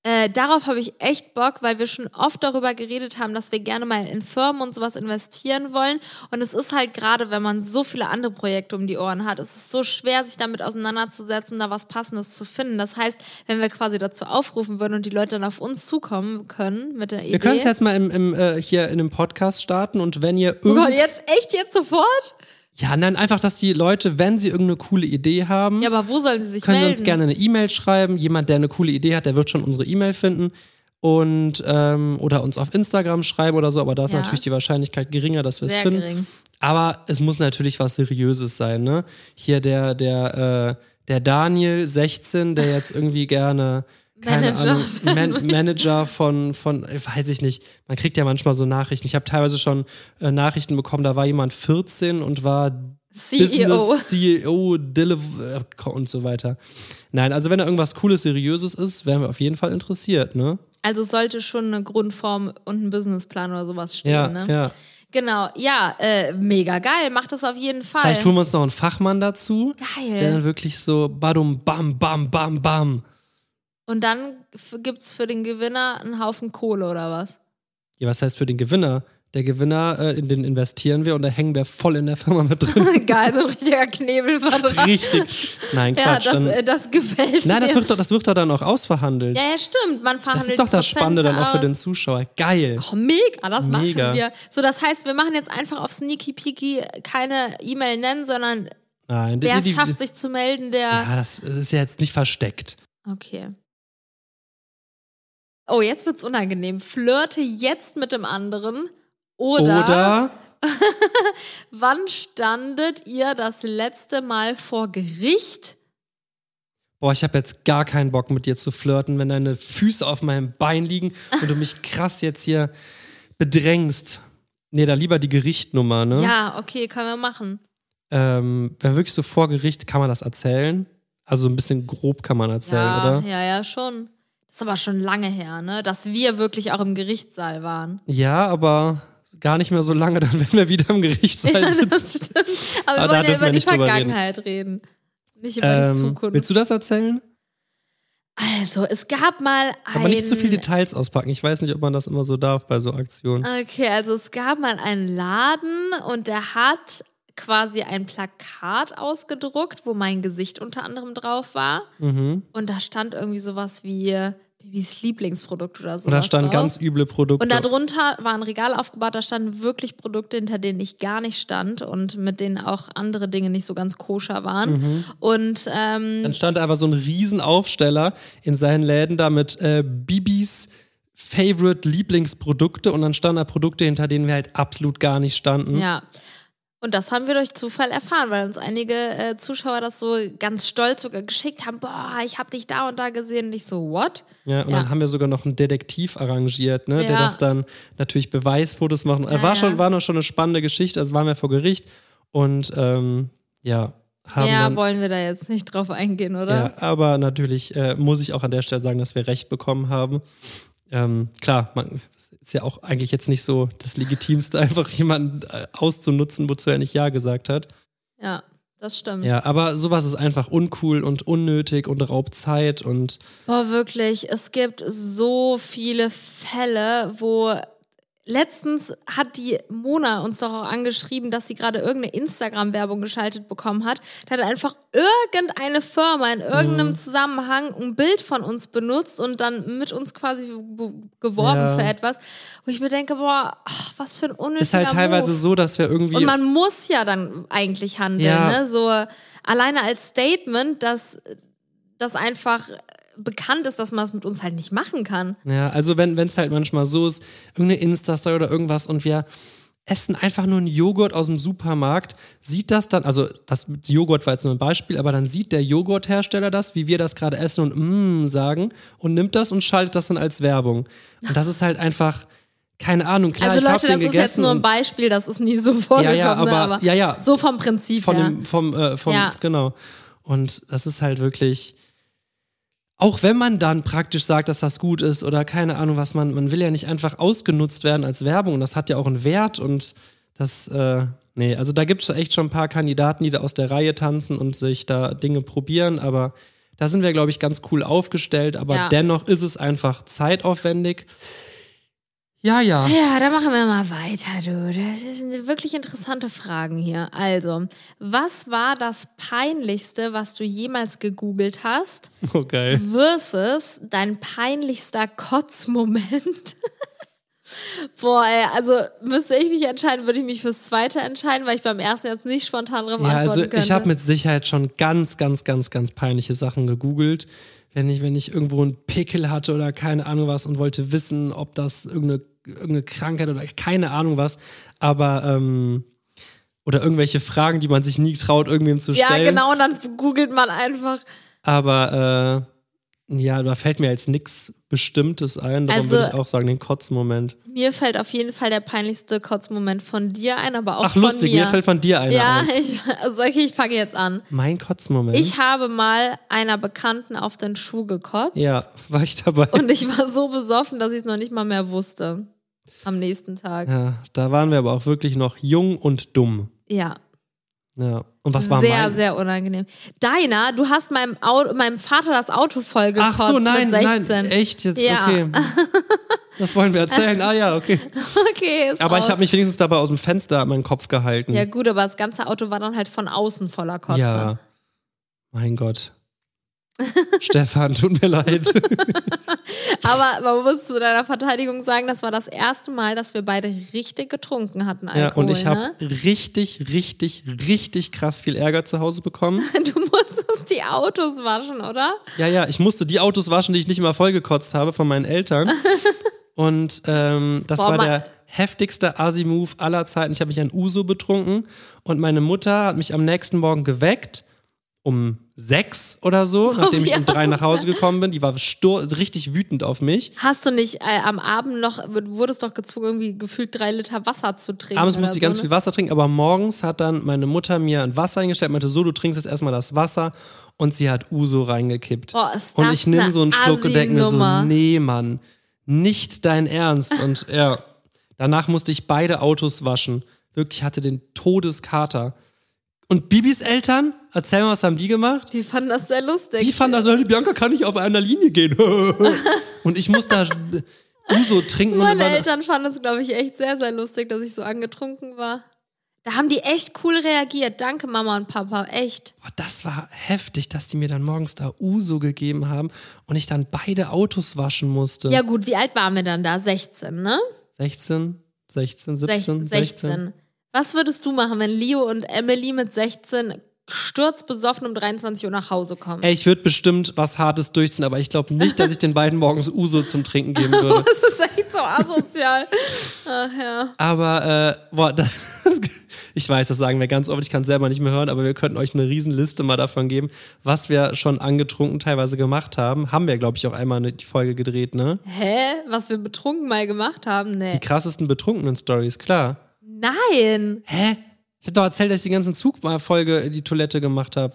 Speaker 1: äh, darauf habe ich echt Bock, weil wir schon oft darüber geredet haben, dass wir gerne mal in Firmen und sowas investieren wollen. Und es ist halt gerade, wenn man so viele andere Projekte um die Ohren hat, es ist so schwer, sich damit auseinanderzusetzen, da was Passendes zu finden. Das heißt, wenn wir quasi dazu aufrufen würden und die Leute dann auf uns zukommen können mit der Idee.
Speaker 2: Wir können es jetzt mal im, im, äh, hier in dem Podcast starten und wenn ihr
Speaker 1: Oh Gott,
Speaker 2: irgend...
Speaker 1: jetzt echt jetzt sofort?
Speaker 2: Ja, nein, einfach, dass die Leute, wenn sie irgendeine coole Idee haben,
Speaker 1: Ja, aber wo sollen sie sich
Speaker 2: können sie
Speaker 1: melden?
Speaker 2: uns gerne eine E-Mail schreiben. Jemand, der eine coole Idee hat, der wird schon unsere E-Mail finden. Und ähm, oder uns auf Instagram schreiben oder so, aber da ist
Speaker 1: Ja.
Speaker 2: natürlich die Wahrscheinlichkeit geringer, dass wir es
Speaker 1: Sehr
Speaker 2: finden.
Speaker 1: gering.
Speaker 2: Aber es muss natürlich was Seriöses sein, ne? Hier der, der, äh, der Daniel 16, der jetzt irgendwie gerne keine
Speaker 1: Manager
Speaker 2: Ahnung, Man Manager von, von, äh, weiß ich nicht, man kriegt ja manchmal so Nachrichten. Ich habe teilweise schon äh, Nachrichten bekommen, da war jemand 14 und war
Speaker 1: E CEO.
Speaker 2: Business CEO, Deliv äh, und so weiter. Nein, also wenn da irgendwas Cooles, Seriöses ist, wären wir auf jeden Fall interessiert, ne?
Speaker 1: Also es sollte schon eine Grundform und ein Businessplan oder sowas stehen,
Speaker 2: Ja,
Speaker 1: ne?
Speaker 2: ja.
Speaker 1: Genau, ja, äh, mega geil, macht das auf jeden Fall.
Speaker 2: Vielleicht holen wir uns noch einen Fachmann dazu.
Speaker 1: Geil.
Speaker 2: Der dann wirklich so badum bam bam bam bam.
Speaker 1: Und dann f- gibt's für den Gewinner einen Haufen Kohle oder was?
Speaker 2: Ja, was heißt für den Gewinner? Der Gewinner, äh, in den investieren wir und da hängen wir voll in der Firma mit drin.
Speaker 1: geil, so ein richtiger Knebelvertrag.
Speaker 2: Richtig. Nein,
Speaker 1: Ja,
Speaker 2: Quatsch.
Speaker 1: das,
Speaker 2: dann,
Speaker 1: äh, das gefällt
Speaker 2: nein, das
Speaker 1: mir.
Speaker 2: wird, doch, das wird doch dann auch ausverhandelt.
Speaker 1: ja, ja, stimmt, man
Speaker 2: das
Speaker 1: verhandelt
Speaker 2: ist doch das
Speaker 1: Prozente
Speaker 2: Spannende dann auch für
Speaker 1: aus.
Speaker 2: den Zuschauer. Geil.
Speaker 1: Oh, mega, das
Speaker 2: Mega.
Speaker 1: machen wir. So, das heißt, wir machen jetzt einfach auf Sneaky Peaky keine E-Mail nennen, sondern
Speaker 2: Nein, die-
Speaker 1: wer
Speaker 2: die-
Speaker 1: es
Speaker 2: die-
Speaker 1: schafft, sich zu melden, der.
Speaker 2: Ja, das, das ist ja jetzt nicht versteckt.
Speaker 1: Okay. Oh, jetzt wird's unangenehm. Flirte jetzt mit dem anderen oder, wann standet ihr das letzte Mal vor Gericht?
Speaker 2: boah, ich habe jetzt gar keinen Bock mit dir zu flirten, wenn deine Füße auf meinem Bein liegen und du mich krass jetzt hier bedrängst. Nee, da lieber die Gerichtnummer, ne?
Speaker 1: Ja, okay, können wir machen.
Speaker 2: Ähm, wenn wirklich so vor Gericht, kann man das erzählen? Also so ein bisschen grob kann man erzählen,
Speaker 1: ja,
Speaker 2: oder?
Speaker 1: ja, ja, schon. Das ist aber schon lange her, ne? Dass wir wirklich auch im Gerichtssaal waren.
Speaker 2: Ja, aber gar nicht mehr so lange, dann werden wir wieder im Gerichtssaal
Speaker 1: ja,
Speaker 2: sitzen.
Speaker 1: das stimmt. Aber wir
Speaker 2: Aber Also Ah, da
Speaker 1: wollen ja
Speaker 2: dürfen wir
Speaker 1: über die
Speaker 2: nicht drüber reden.
Speaker 1: Vergangenheit reden. Nicht über die
Speaker 2: Ähm,
Speaker 1: Zukunft.
Speaker 2: willst du das erzählen?
Speaker 1: Also, es gab mal ein.
Speaker 2: Aber nicht zu viele Details auspacken. Ich weiß nicht, ob man das immer so darf bei so Aktionen.
Speaker 1: Okay, also es gab mal einen Laden und der hat quasi ein Plakat
Speaker 2: Mhm.
Speaker 1: ausgedruckt, wo mein Gesicht unter anderem drauf war. Und da stand irgendwie sowas wie, wir Babys Lieblingsprodukt oder so.
Speaker 2: Und da standen ganz üble Produkte.
Speaker 1: Und darunter war ein Regal aufgebaut, da standen wirklich Produkte, hinter denen ich gar nicht stand und mit denen auch andere Dinge nicht so ganz koscher waren. Und ähm,
Speaker 2: Mhm. Dann stand da aber so ein Riesenaufsteller in seinen Läden da mit äh, Bibis Favorite Lieblingsprodukte und dann standen da Produkte, hinter denen wir halt absolut gar nicht standen.
Speaker 1: ja. Und das haben wir durch Zufall erfahren, weil uns einige äh, Zuschauer das so ganz stolz sogar geschickt haben: Boah, ich hab dich da und da gesehen. Und ich so, what?
Speaker 2: Ja, und dann haben wir sogar noch einen Detektiv arrangiert, ne, der
Speaker 1: Ja.
Speaker 2: das dann natürlich Beweisfotos machen. Er
Speaker 1: Ja,
Speaker 2: war schon,
Speaker 1: ja.
Speaker 2: war noch schon eine spannende Geschichte, also waren wir vor Gericht und ähm, ja, haben
Speaker 1: ja,
Speaker 2: dann.
Speaker 1: wollen wir da jetzt nicht drauf eingehen, oder?
Speaker 2: Ja, aber natürlich äh, muss ich auch an der Stelle sagen, dass wir recht bekommen haben. Ähm, klar, man das ist ja auch eigentlich jetzt nicht so das Legitimste, einfach jemanden äh, auszunutzen, wozu er nicht Ja gesagt hat.
Speaker 1: Ja, das stimmt.
Speaker 2: Ja, aber sowas ist einfach uncool und unnötig und raubt Zeit und
Speaker 1: Boah, wirklich. Es gibt so viele Fälle, wo letztens hat die Mona uns doch auch angeschrieben, dass sie gerade irgendeine Instagram-Werbung geschaltet bekommen hat. Da hat einfach irgendeine Firma in
Speaker 2: Mhm.
Speaker 1: irgendeinem Zusammenhang ein Bild von uns benutzt und dann mit uns quasi be- geworben
Speaker 2: Ja.
Speaker 1: für etwas. Wo ich mir denke, boah, ach, was für ein unnötiger
Speaker 2: ist halt teilweise
Speaker 1: Move.
Speaker 2: so, dass wir irgendwie.
Speaker 1: Und man muss ja dann eigentlich handeln,
Speaker 2: Ja.
Speaker 1: ne? So äh, alleine als Statement, dass das einfach äh, bekannt ist, dass man es mit uns halt nicht machen kann.
Speaker 2: Ja, also wenn es halt manchmal so ist, irgendeine Insta-Story oder irgendwas und wir essen einfach nur einen Joghurt aus dem Supermarkt, sieht das dann, also das mit Joghurt war jetzt nur ein Beispiel, aber dann sieht der Joghurthersteller das, wie wir das gerade essen und mm sagen und nimmt das und schaltet das dann als Werbung. Und das ist halt einfach, keine Ahnung, klar,
Speaker 1: also
Speaker 2: ich habe
Speaker 1: Leute,
Speaker 2: den
Speaker 1: das ist jetzt
Speaker 2: gegessen
Speaker 1: nur ein
Speaker 2: und
Speaker 1: Beispiel, das ist nie so vorgekommen,
Speaker 2: Ja, ja,
Speaker 1: ne?
Speaker 2: aber- ja, ja.
Speaker 1: so vom Prinzip
Speaker 2: von
Speaker 1: her.
Speaker 2: dem, vom, äh, vom,
Speaker 1: Ja.
Speaker 2: genau. Und das ist halt wirklich, auch wenn man dann praktisch sagt, dass das gut ist oder keine Ahnung was, man, man will ja nicht einfach ausgenutzt werden als Werbung und das hat ja auch einen Wert und das, äh, nee, also da gibt es echt schon ein paar Kandidaten, die da aus der Reihe tanzen und sich da Dinge probieren, aber da sind wir, glaube ich, ganz cool aufgestellt, aber
Speaker 1: Ja.
Speaker 2: dennoch ist es einfach zeitaufwendig. Ja, ja.
Speaker 1: Ja, dann machen wir mal weiter, du. Das sind wirklich interessante Fragen hier. Also, was war das Peinlichste, was du jemals gegoogelt hast,
Speaker 2: Oh, geil.
Speaker 1: versus dein peinlichster Kotzmoment? Boah, ey, also müsste ich mich entscheiden, würde ich mich fürs zweite entscheiden, weil ich beim ersten jetzt nicht spontan drauf
Speaker 2: Ja,
Speaker 1: antworten
Speaker 2: also
Speaker 1: könnte.
Speaker 2: ich habe mit Sicherheit schon ganz, ganz, ganz, ganz peinliche Sachen gegoogelt. Wenn ich, wenn ich irgendwo einen Pickel hatte oder keine Ahnung was und wollte wissen, ob das irgendeine, irgendeine Krankheit oder keine Ahnung was, aber ähm, oder irgendwelche Fragen, die man sich nie traut, irgendwem zu
Speaker 1: ja,
Speaker 2: stellen.
Speaker 1: genau, und dann googelt man einfach.
Speaker 2: Aber äh, ja, da fällt mir jetzt nichts Bestimmtes ein. Darum
Speaker 1: Also-
Speaker 2: würde ich auch sagen, den Kotzmoment.
Speaker 1: Mir fällt auf jeden Fall der peinlichste Kotzmoment von dir ein, aber auch
Speaker 2: Ach,
Speaker 1: von
Speaker 2: lustig, mir.
Speaker 1: mir.
Speaker 2: fällt von dir einer
Speaker 1: ja,
Speaker 2: ein. Mhm.
Speaker 1: ich, also okay, ich fange jetzt an.
Speaker 2: Mein Kotzmoment.
Speaker 1: Ich habe mal einer Bekannten auf den Schuh gekotzt
Speaker 2: ja, war ich dabei.
Speaker 1: und ich war so besoffen, dass ich es noch nicht mal mehr wusste am nächsten Tag.
Speaker 2: Ja, da waren wir aber auch wirklich noch jung und dumm.
Speaker 1: Ja,
Speaker 2: Ja. Und was war
Speaker 1: sehr,
Speaker 2: mein?
Speaker 1: sehr unangenehm. Deiner, du hast meinem, Au meinem Vater das Auto voll
Speaker 2: Ach
Speaker 1: gekotzt
Speaker 2: so, nein,
Speaker 1: mit
Speaker 2: nein,
Speaker 1: 16.
Speaker 2: echt jetzt,
Speaker 1: Ja.
Speaker 2: okay. Das wollen wir erzählen. Ah ja, okay.
Speaker 1: Okay, ist
Speaker 2: Aber ich
Speaker 1: raus.
Speaker 2: habe mich wenigstens dabei aus dem Fenster meinen Kopf gehalten.
Speaker 1: Ja gut, aber das ganze Auto war dann halt von außen voller Kotze.
Speaker 2: Ja. Mein Gott. Stefan, tut mir leid.
Speaker 1: Aber man muss zu deiner Verteidigung sagen, das war das erste Mal, dass wir beide richtig getrunken hatten
Speaker 2: ja,
Speaker 1: Alkohol.
Speaker 2: und ich habe
Speaker 1: ne?
Speaker 2: richtig, richtig, richtig krass viel Ärger zu Hause bekommen.
Speaker 1: Du musstest die Autos waschen, oder?
Speaker 2: Ja, ja, ich musste die Autos waschen, die ich nicht mal vollgekotzt habe von meinen Eltern. Und ähm, das
Speaker 1: Boah,
Speaker 2: war
Speaker 1: Mann.
Speaker 2: der heftigste Asi-Move aller Zeiten. Ich habe mich an Uso betrunken und meine Mutter hat mich am nächsten Morgen geweckt um sechs oder so, nachdem ich um drei nach Hause gekommen bin. Die war stur richtig wütend auf mich.
Speaker 1: Hast du nicht äh, am Abend noch, wurdest doch gezwungen, irgendwie gefühlt drei Liter Wasser zu trinken?
Speaker 2: Abends
Speaker 1: oder
Speaker 2: musste ich
Speaker 1: so,
Speaker 2: ganz
Speaker 1: ne?
Speaker 2: viel Wasser trinken, aber morgens hat dann meine Mutter mir ein Wasser eingestellt, meinte so, du trinkst jetzt erstmal das Wasser und sie hat Uso reingekippt.
Speaker 1: Boah, ist
Speaker 2: und
Speaker 1: das
Speaker 2: ich nehme
Speaker 1: eine
Speaker 2: so einen Schluck und denke mir so,
Speaker 1: Assi-Nummer.
Speaker 2: nee, Mann, nicht dein Ernst. Und ja, danach musste ich beide Autos waschen. Wirklich, ich hatte den Todeskater. Und Bibis Eltern, erzähl mal, was haben die gemacht?
Speaker 1: Die fanden das sehr lustig.
Speaker 2: Die fanden das, die Bianca kann nicht auf einer Linie gehen. und ich musste da Uso trinken. und
Speaker 1: Meine
Speaker 2: dann-
Speaker 1: Eltern fanden es, glaube ich, echt sehr, sehr lustig, dass ich so angetrunken war. Da haben die echt cool reagiert. Danke, Mama und Papa, echt.
Speaker 2: Boah, das war heftig, dass die mir dann morgens da Uso gegeben haben und ich dann beide Autos waschen musste.
Speaker 1: Ja, gut, wie alt waren wir dann da? 16, ne?
Speaker 2: 16, 16, 17, 16.
Speaker 1: 16. Was würdest du machen, wenn Leo und Emily mit 16 sturzbesoffen um 23 Uhr nach Hause kommen?
Speaker 2: Ey, ich würde bestimmt was Hartes durchziehen, aber ich glaube nicht, dass ich den beiden morgens Uso zum Trinken geben würde.
Speaker 1: Das ist echt so asozial. Ach ja.
Speaker 2: Aber äh, boah, das, ich weiß, das sagen wir ganz oft, ich kann es selber nicht mehr hören, aber wir könnten euch eine riesen Liste mal davon geben, was wir schon angetrunken teilweise gemacht haben. Haben wir, glaube ich, auch einmal eine, die Folge gedreht, ne?
Speaker 1: Hä? Was wir betrunken mal gemacht haben?
Speaker 2: Die
Speaker 1: Nee.
Speaker 2: krassesten betrunkenen Stories, klar.
Speaker 1: Nein.
Speaker 2: Hä? Ich hab doch erzählt, dass ich die ganzen Zugfolge in die Toilette gemacht habe.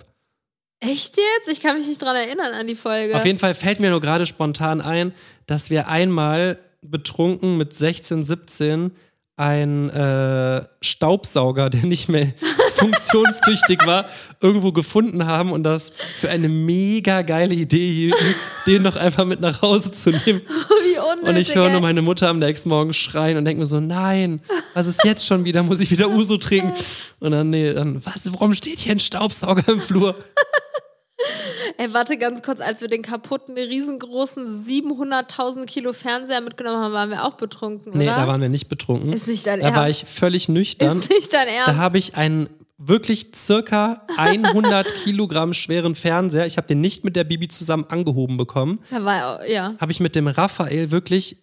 Speaker 1: Echt jetzt? Ich kann mich nicht dran erinnern an die Folge.
Speaker 2: Auf jeden Fall fällt mir nur gerade spontan ein, dass wir einmal betrunken mit 16, 17 einen äh, Staubsauger, der nicht mehr funktionstüchtig war, irgendwo gefunden haben und das für eine mega geile Idee hielten, den noch einfach mit nach Hause zu nehmen.
Speaker 1: Wie unnötig.
Speaker 2: Und ich höre
Speaker 1: ey.
Speaker 2: nur meine Mutter am nächsten Morgen schreien und denke mir so, nein, was ist jetzt schon wieder? Muss ich wieder Uso trinken? Und dann, nee, dann, was, warum steht hier ein Staubsauger im Flur?
Speaker 1: Ey, warte ganz kurz, als wir den kaputten, riesengroßen 700.000 Kilo Fernseher mitgenommen haben, waren wir auch betrunken,
Speaker 2: Nee,
Speaker 1: oder?
Speaker 2: da waren wir nicht betrunken.
Speaker 1: Ist nicht dein
Speaker 2: Da war
Speaker 1: Ernst.
Speaker 2: ich völlig nüchtern.
Speaker 1: Ist nicht dein Ernst.
Speaker 2: Da habe ich einen wirklich circa 100 Kilogramm schweren Fernseher, ich habe den nicht mit der Bibi zusammen angehoben bekommen,
Speaker 1: da war, ja.
Speaker 2: habe ich mit dem Raphael wirklich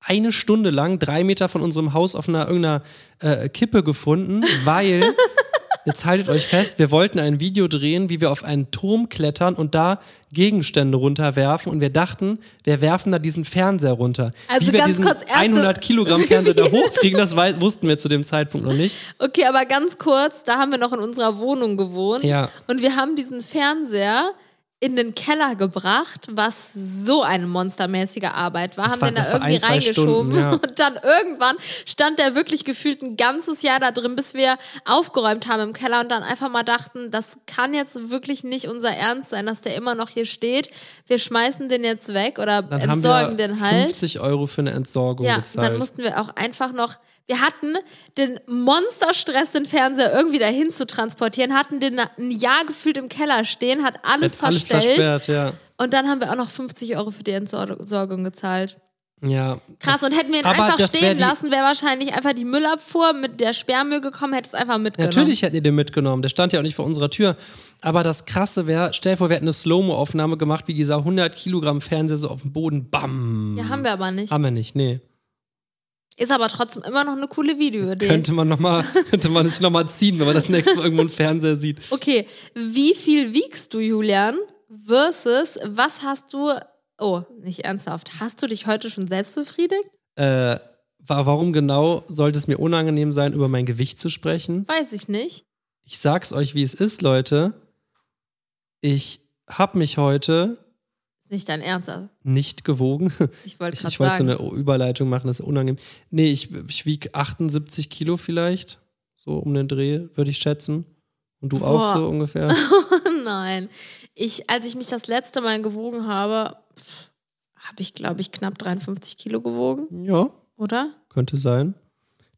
Speaker 2: eine Stunde lang drei Meter von unserem Haus auf einer irgendeiner äh, Kippe gefunden, weil jetzt haltet euch fest, wir wollten ein Video drehen, wie wir auf einen Turm klettern und da Gegenstände runterwerfen und wir dachten, wir werfen da diesen Fernseher runter.
Speaker 1: Also
Speaker 2: wie wir
Speaker 1: ganz
Speaker 2: diesen
Speaker 1: kurz, erste-
Speaker 2: 100 Kilogramm Fernseher da hochkriegen, das wei- wussten wir zu dem Zeitpunkt noch nicht.
Speaker 1: Okay, aber ganz kurz, da haben wir noch in unserer Wohnung gewohnt
Speaker 2: Ja.
Speaker 1: und wir haben diesen Fernseher in den Keller gebracht, was so eine monstermäßige Arbeit war, haben
Speaker 2: war-
Speaker 1: den da
Speaker 2: das war
Speaker 1: irgendwie
Speaker 2: ein, zwei
Speaker 1: reingeschoben
Speaker 2: Stunden, ja.
Speaker 1: und dann irgendwann stand der wirklich gefühlt ein ganzes Jahr da drin, bis wir aufgeräumt haben im Keller und dann einfach mal dachten, das kann jetzt wirklich nicht unser Ernst sein, dass der immer noch hier steht. Wir schmeißen den jetzt weg oder
Speaker 2: Dann
Speaker 1: entsorgen
Speaker 2: haben wir
Speaker 1: den halt.
Speaker 2: 50 Euro für eine Entsorgung
Speaker 1: Ja, und
Speaker 2: bezahlt.
Speaker 1: dann mussten wir auch einfach noch. Wir hatten den Monsterstress, den Fernseher irgendwie dahin zu transportieren, hatten den na- ein Jahr gefühlt im Keller stehen, hat alles
Speaker 2: Jetzt alles
Speaker 1: verstellt.
Speaker 2: versperrt, ja.
Speaker 1: und dann haben wir auch noch 50 Euro für die Entsorgung gezahlt.
Speaker 2: ja
Speaker 1: Krass, und hätten wir ihn
Speaker 2: aber
Speaker 1: einfach
Speaker 2: das wär
Speaker 1: stehen
Speaker 2: die-
Speaker 1: lassen, wäre wahrscheinlich einfach die Müllabfuhr mit der Sperrmüll gekommen, hätte es einfach mitgenommen.
Speaker 2: Natürlich hätten ihr den mitgenommen. Der stand ja auch nicht vor unserer Tür. Aber das Krasse wäre, stell dir vor, wir hätten eine Slow-Mo-Aufnahme gemacht, wie dieser 100 Kilogramm Fernseher so auf dem Boden, bam.
Speaker 1: Ja, haben wir aber nicht.
Speaker 2: Haben wir nicht, nee.
Speaker 1: Ist aber trotzdem immer noch eine coole Videoidee.
Speaker 2: Könnte man, noch mal, könnte man es nochmal ziehen, wenn man das nächste Mal irgendwo einen Fernseher sieht.
Speaker 1: Okay, wie viel wiegst du, Julian, versus was hast du. Oh, nicht ernsthaft. Hast du dich heute schon selbst befriedigt?
Speaker 2: Äh, wa- warum genau sollte es mir unangenehm sein, über mein Gewicht zu sprechen?
Speaker 1: Weiß ich nicht.
Speaker 2: Ich sag's euch, wie es ist, Leute. Ich hab mich heute
Speaker 1: Ist nicht dein Ernst. also.
Speaker 2: nicht gewogen.
Speaker 1: Ich wollte
Speaker 2: Ich,
Speaker 1: gerade
Speaker 2: ich wollte so
Speaker 1: sagen.
Speaker 2: eine O- Überleitung machen, das ist unangenehm. Nee, ich, ich wiege 78 Kilo vielleicht. So um den Dreh, würde ich schätzen. Und du auch
Speaker 1: Boah.
Speaker 2: so ungefähr.
Speaker 1: Nein. Ich, als ich mich das letzte Mal gewogen habe, pff, habe ich, glaube ich, knapp 53 Kilo gewogen,
Speaker 2: ja,
Speaker 1: oder?
Speaker 2: könnte sein.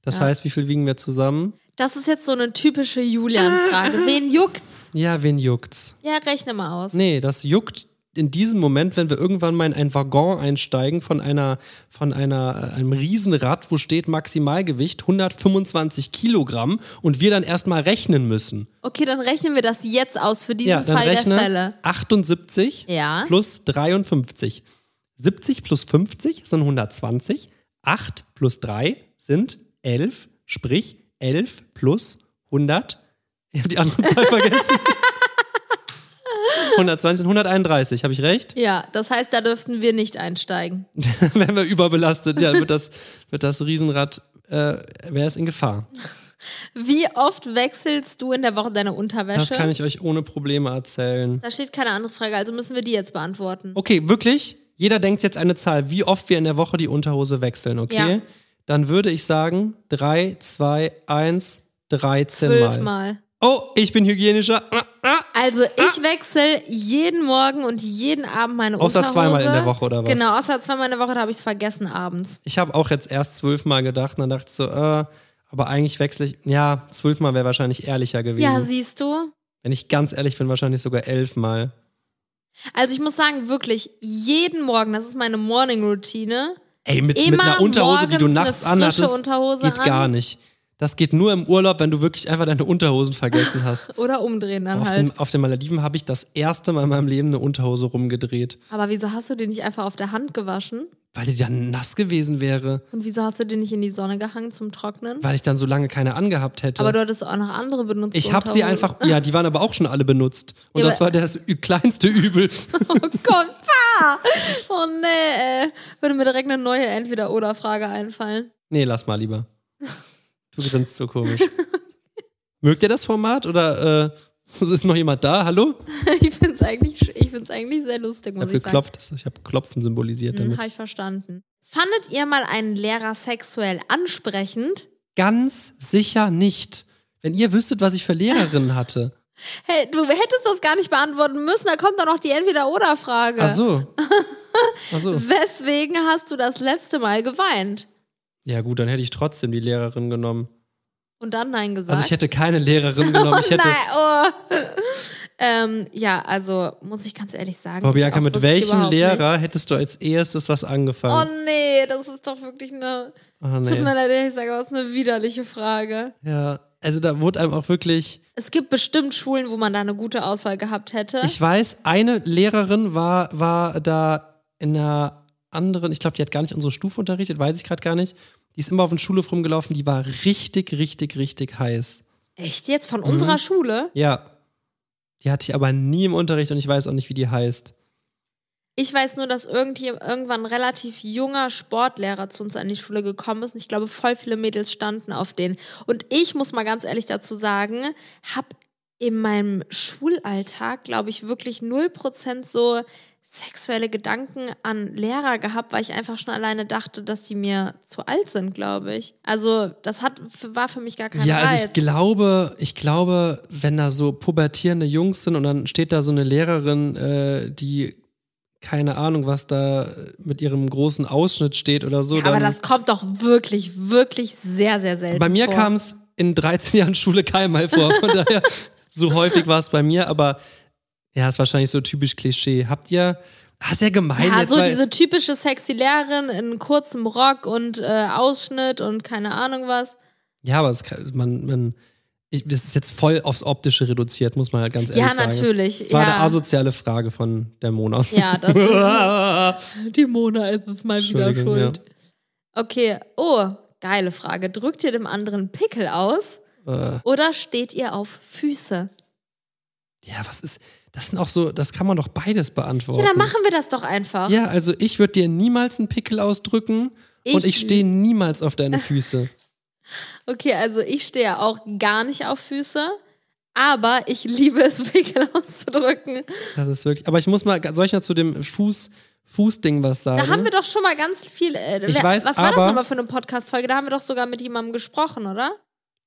Speaker 2: Das
Speaker 1: Ja.
Speaker 2: heißt, wie viel wiegen wir zusammen?
Speaker 1: Das ist jetzt so eine typische Julian-Frage. Wen juckt's?
Speaker 2: Ja, wen juckt's?
Speaker 1: Ja, rechne mal aus.
Speaker 2: Nee, das juckt in diesem Moment, wenn wir irgendwann mal in einen Waggon einsteigen von einer, von einer, äh, einem Riesenrad, wo steht Maximalgewicht 125 Kilogramm und wir dann erstmal rechnen müssen.
Speaker 1: Okay, dann rechnen wir das jetzt aus für diesen
Speaker 2: Ja, dann
Speaker 1: Fall
Speaker 2: rechne
Speaker 1: der Fälle.
Speaker 2: 78
Speaker 1: Ja.
Speaker 2: plus 53. 70 plus 50 sind 120. 8 plus 3 sind 11, sprich 11 plus 100. Ich habe die andere Zahl vergessen. 120 sind 131, habe ich recht?
Speaker 1: Ja, das heißt, da dürften wir nicht einsteigen.
Speaker 2: Wenn wir überbelastet, ja, wird das, wird das Riesenrad, äh, wäre es in Gefahr.
Speaker 1: Wie oft wechselst du in der Woche deine Unterwäsche?
Speaker 2: Das kann ich euch ohne Probleme erzählen.
Speaker 1: da steht keine andere Frage, also müssen wir die jetzt beantworten.
Speaker 2: Okay, wirklich? Jeder denkt jetzt eine Zahl, wie oft wir in der Woche die Unterhose wechseln, okay?
Speaker 1: Ja.
Speaker 2: Dann würde ich sagen, 3, 2, 1, 13 Mal.
Speaker 1: Zwölfmal.
Speaker 2: Oh, ich bin hygienischer. Ah, ah.
Speaker 1: Also ich wechsle jeden Morgen und jeden Abend meine
Speaker 2: Außer
Speaker 1: Unterhose.
Speaker 2: zweimal in der Woche, oder was?
Speaker 1: Genau, außer zweimal in der Woche, da habe ich es vergessen abends.
Speaker 2: Ich habe auch jetzt erst zwölfmal gedacht und dann dachte ich so, äh, Aber eigentlich wechsle ich, ja, zwölfmal wäre wahrscheinlich ehrlicher gewesen.
Speaker 1: Ja, siehst du?
Speaker 2: Wenn ich ganz ehrlich bin, wahrscheinlich sogar elfmal.
Speaker 1: Also ich muss sagen, wirklich, jeden Morgen, das ist meine Morning-Routine.
Speaker 2: Ey, mit, mit
Speaker 1: Immer
Speaker 2: einer Unterhose, die du
Speaker 1: morgens
Speaker 2: nachts
Speaker 1: eine frische
Speaker 2: anhattest,
Speaker 1: Unterhose
Speaker 2: geht
Speaker 1: an.
Speaker 2: gar nicht. Das geht nur im Urlaub, wenn du wirklich einfach deine Unterhosen vergessen hast.
Speaker 1: Oder umdrehen dann
Speaker 2: auf,
Speaker 1: halt.
Speaker 2: dem, auf den Malediven habe ich das erste Mal in meinem Leben eine Unterhose rumgedreht,
Speaker 1: Aber wieso hast du den nicht einfach auf der Hand gewaschen?
Speaker 2: weil die dann nass gewesen wäre,
Speaker 1: Und wieso hast du den nicht in die Sonne gehangen zum Trocknen?
Speaker 2: weil ich dann so lange keine angehabt hätte.
Speaker 1: Aber du hattest auch noch andere benutzt.
Speaker 2: ich habe sie einfach, ja, die waren aber auch schon alle benutzt. Und
Speaker 1: Ja,
Speaker 2: das
Speaker 1: aber-
Speaker 2: war das ü- kleinste Übel.
Speaker 1: Oh Gott, pa! Oh nee, ey. Würde mir direkt eine neue Entweder-Oder-Frage einfallen.
Speaker 2: Nee, lass mal lieber. Du grinst so komisch. Mögt ihr das Format oder äh, ist noch jemand da? Hallo?
Speaker 1: Ich find's eigentlich, sch- ich find's eigentlich sehr lustig,
Speaker 2: Ich
Speaker 1: muss
Speaker 2: habe
Speaker 1: ich sagen.
Speaker 2: geklopft. Das- Ich habe Klopfen symbolisiert damit.
Speaker 1: Hm, habe ich verstanden. Fandet ihr mal einen Lehrer sexuell ansprechend?
Speaker 2: Ganz sicher nicht. Wenn ihr wüsstet, was ich für Lehrerinnen hatte.
Speaker 1: Hey, du hättest das gar nicht beantworten müssen, da kommt doch noch die Entweder-Oder-Frage.
Speaker 2: Ach so. Ach so.
Speaker 1: Weswegen hast du das letzte Mal geweint?
Speaker 2: Ja, gut, dann hätte ich trotzdem die Lehrerin genommen.
Speaker 1: Und dann Nein gesagt?
Speaker 2: Also ich hätte keine Lehrerin genommen. Ich hätte.
Speaker 1: Nein, oh. ähm, ja, also muss ich ganz ehrlich sagen.
Speaker 2: Boah,
Speaker 1: ich
Speaker 2: Bianca,
Speaker 1: auch
Speaker 2: mit
Speaker 1: wirklich
Speaker 2: welchem
Speaker 1: überhaupt
Speaker 2: Lehrer hättest du als erstes was
Speaker 1: Nicht. Oh
Speaker 2: angefangen?
Speaker 1: nee, das ist doch wirklich eine.
Speaker 2: Oh,
Speaker 1: Tut mir
Speaker 2: nee.
Speaker 1: leid, ich sage, aber es ist eine widerliche Frage.
Speaker 2: Ja. Also da wurde einem auch wirklich.
Speaker 1: Es gibt bestimmt Schulen, wo man da eine gute Auswahl gehabt hätte.
Speaker 2: Ich weiß, eine Lehrerin war, war da in einer anderen, ich glaube, die hat gar nicht unsere Stufe unterrichtet, weiß ich gerade gar nicht. Die ist immer auf den Schulhof rumgelaufen, die war richtig, richtig, richtig heiß.
Speaker 1: Echt jetzt
Speaker 2: Mhm.
Speaker 1: von unserer Schule?
Speaker 2: Ja. Die hatte ich aber nie im Unterricht und ich weiß auch nicht, wie die heißt.
Speaker 1: Ich weiß nur, dass irgendjemand irgendwann ein relativ junger Sportlehrer zu uns an die Schule gekommen ist und ich glaube, voll viele Mädels standen auf den. Und ich muss mal ganz ehrlich dazu sagen, habe in meinem Schulalltag, glaube ich, wirklich 0% so sexuelle Gedanken an Lehrer gehabt, weil ich einfach schon alleine dachte, dass die mir zu alt sind, glaube ich. Also das hat, war für mich gar kein
Speaker 2: ja,
Speaker 1: Reiz.
Speaker 2: also ich glaube, ich glaube, wenn da so pubertierende Jungs sind und dann steht da so eine Lehrerin, äh, die keine Ahnung, was da mit ihrem großen Ausschnitt steht oder so.
Speaker 1: Aber
Speaker 2: dann
Speaker 1: das kommt doch wirklich, wirklich sehr, sehr selten
Speaker 2: bei mir
Speaker 1: vor.
Speaker 2: kam es in 13 Jahren Schule keinmal vor. Von daher, so häufig war es bei mir, aber ja, ist wahrscheinlich so typisch Klischee. Habt ihr, das ist ja gemein.
Speaker 1: Ja,
Speaker 2: jetzt,
Speaker 1: so
Speaker 2: weil-
Speaker 1: diese typische sexy Lehrerin in kurzem Rock und äh, Ausschnitt und keine Ahnung was.
Speaker 2: ja aber es, kann- man, man, ich, es ist jetzt voll aufs Optische reduziert, muss man halt ganz ehrlich
Speaker 1: Ja,
Speaker 2: sagen. Es-
Speaker 1: natürlich,
Speaker 2: Es war
Speaker 1: ja.
Speaker 2: eine asoziale Frage von der Mona.
Speaker 1: Ja, das Die Mona ist es mal wieder
Speaker 2: Entschuldigung,
Speaker 1: schuld. Okay, oh, geile Frage. Drückt ihr dem anderen Pickel aus
Speaker 2: ja. Äh,
Speaker 1: oder steht ihr auf Füße?
Speaker 2: ja, was ist. Das sind auch so, das kann man doch beides beantworten.
Speaker 1: Ja, dann machen wir das doch einfach.
Speaker 2: Ja, also ich würde dir niemals einen Pickel ausdrücken und
Speaker 1: Ich-
Speaker 2: ich stehe niemals auf deine Füße.
Speaker 1: Okay, also ich stehe auch gar nicht auf Füße, aber ich liebe es, Pickel auszudrücken.
Speaker 2: Das ist wirklich. Aber ich muss mal, soll ich mal zu dem Fuß, Fußding was sagen?
Speaker 1: Da haben wir doch schon mal ganz viel. Äh,
Speaker 2: Ich
Speaker 1: wer-
Speaker 2: weiß,
Speaker 1: was war das
Speaker 2: aber-
Speaker 1: nochmal für eine Podcast-Folge? Da haben wir doch sogar mit jemandem gesprochen, oder?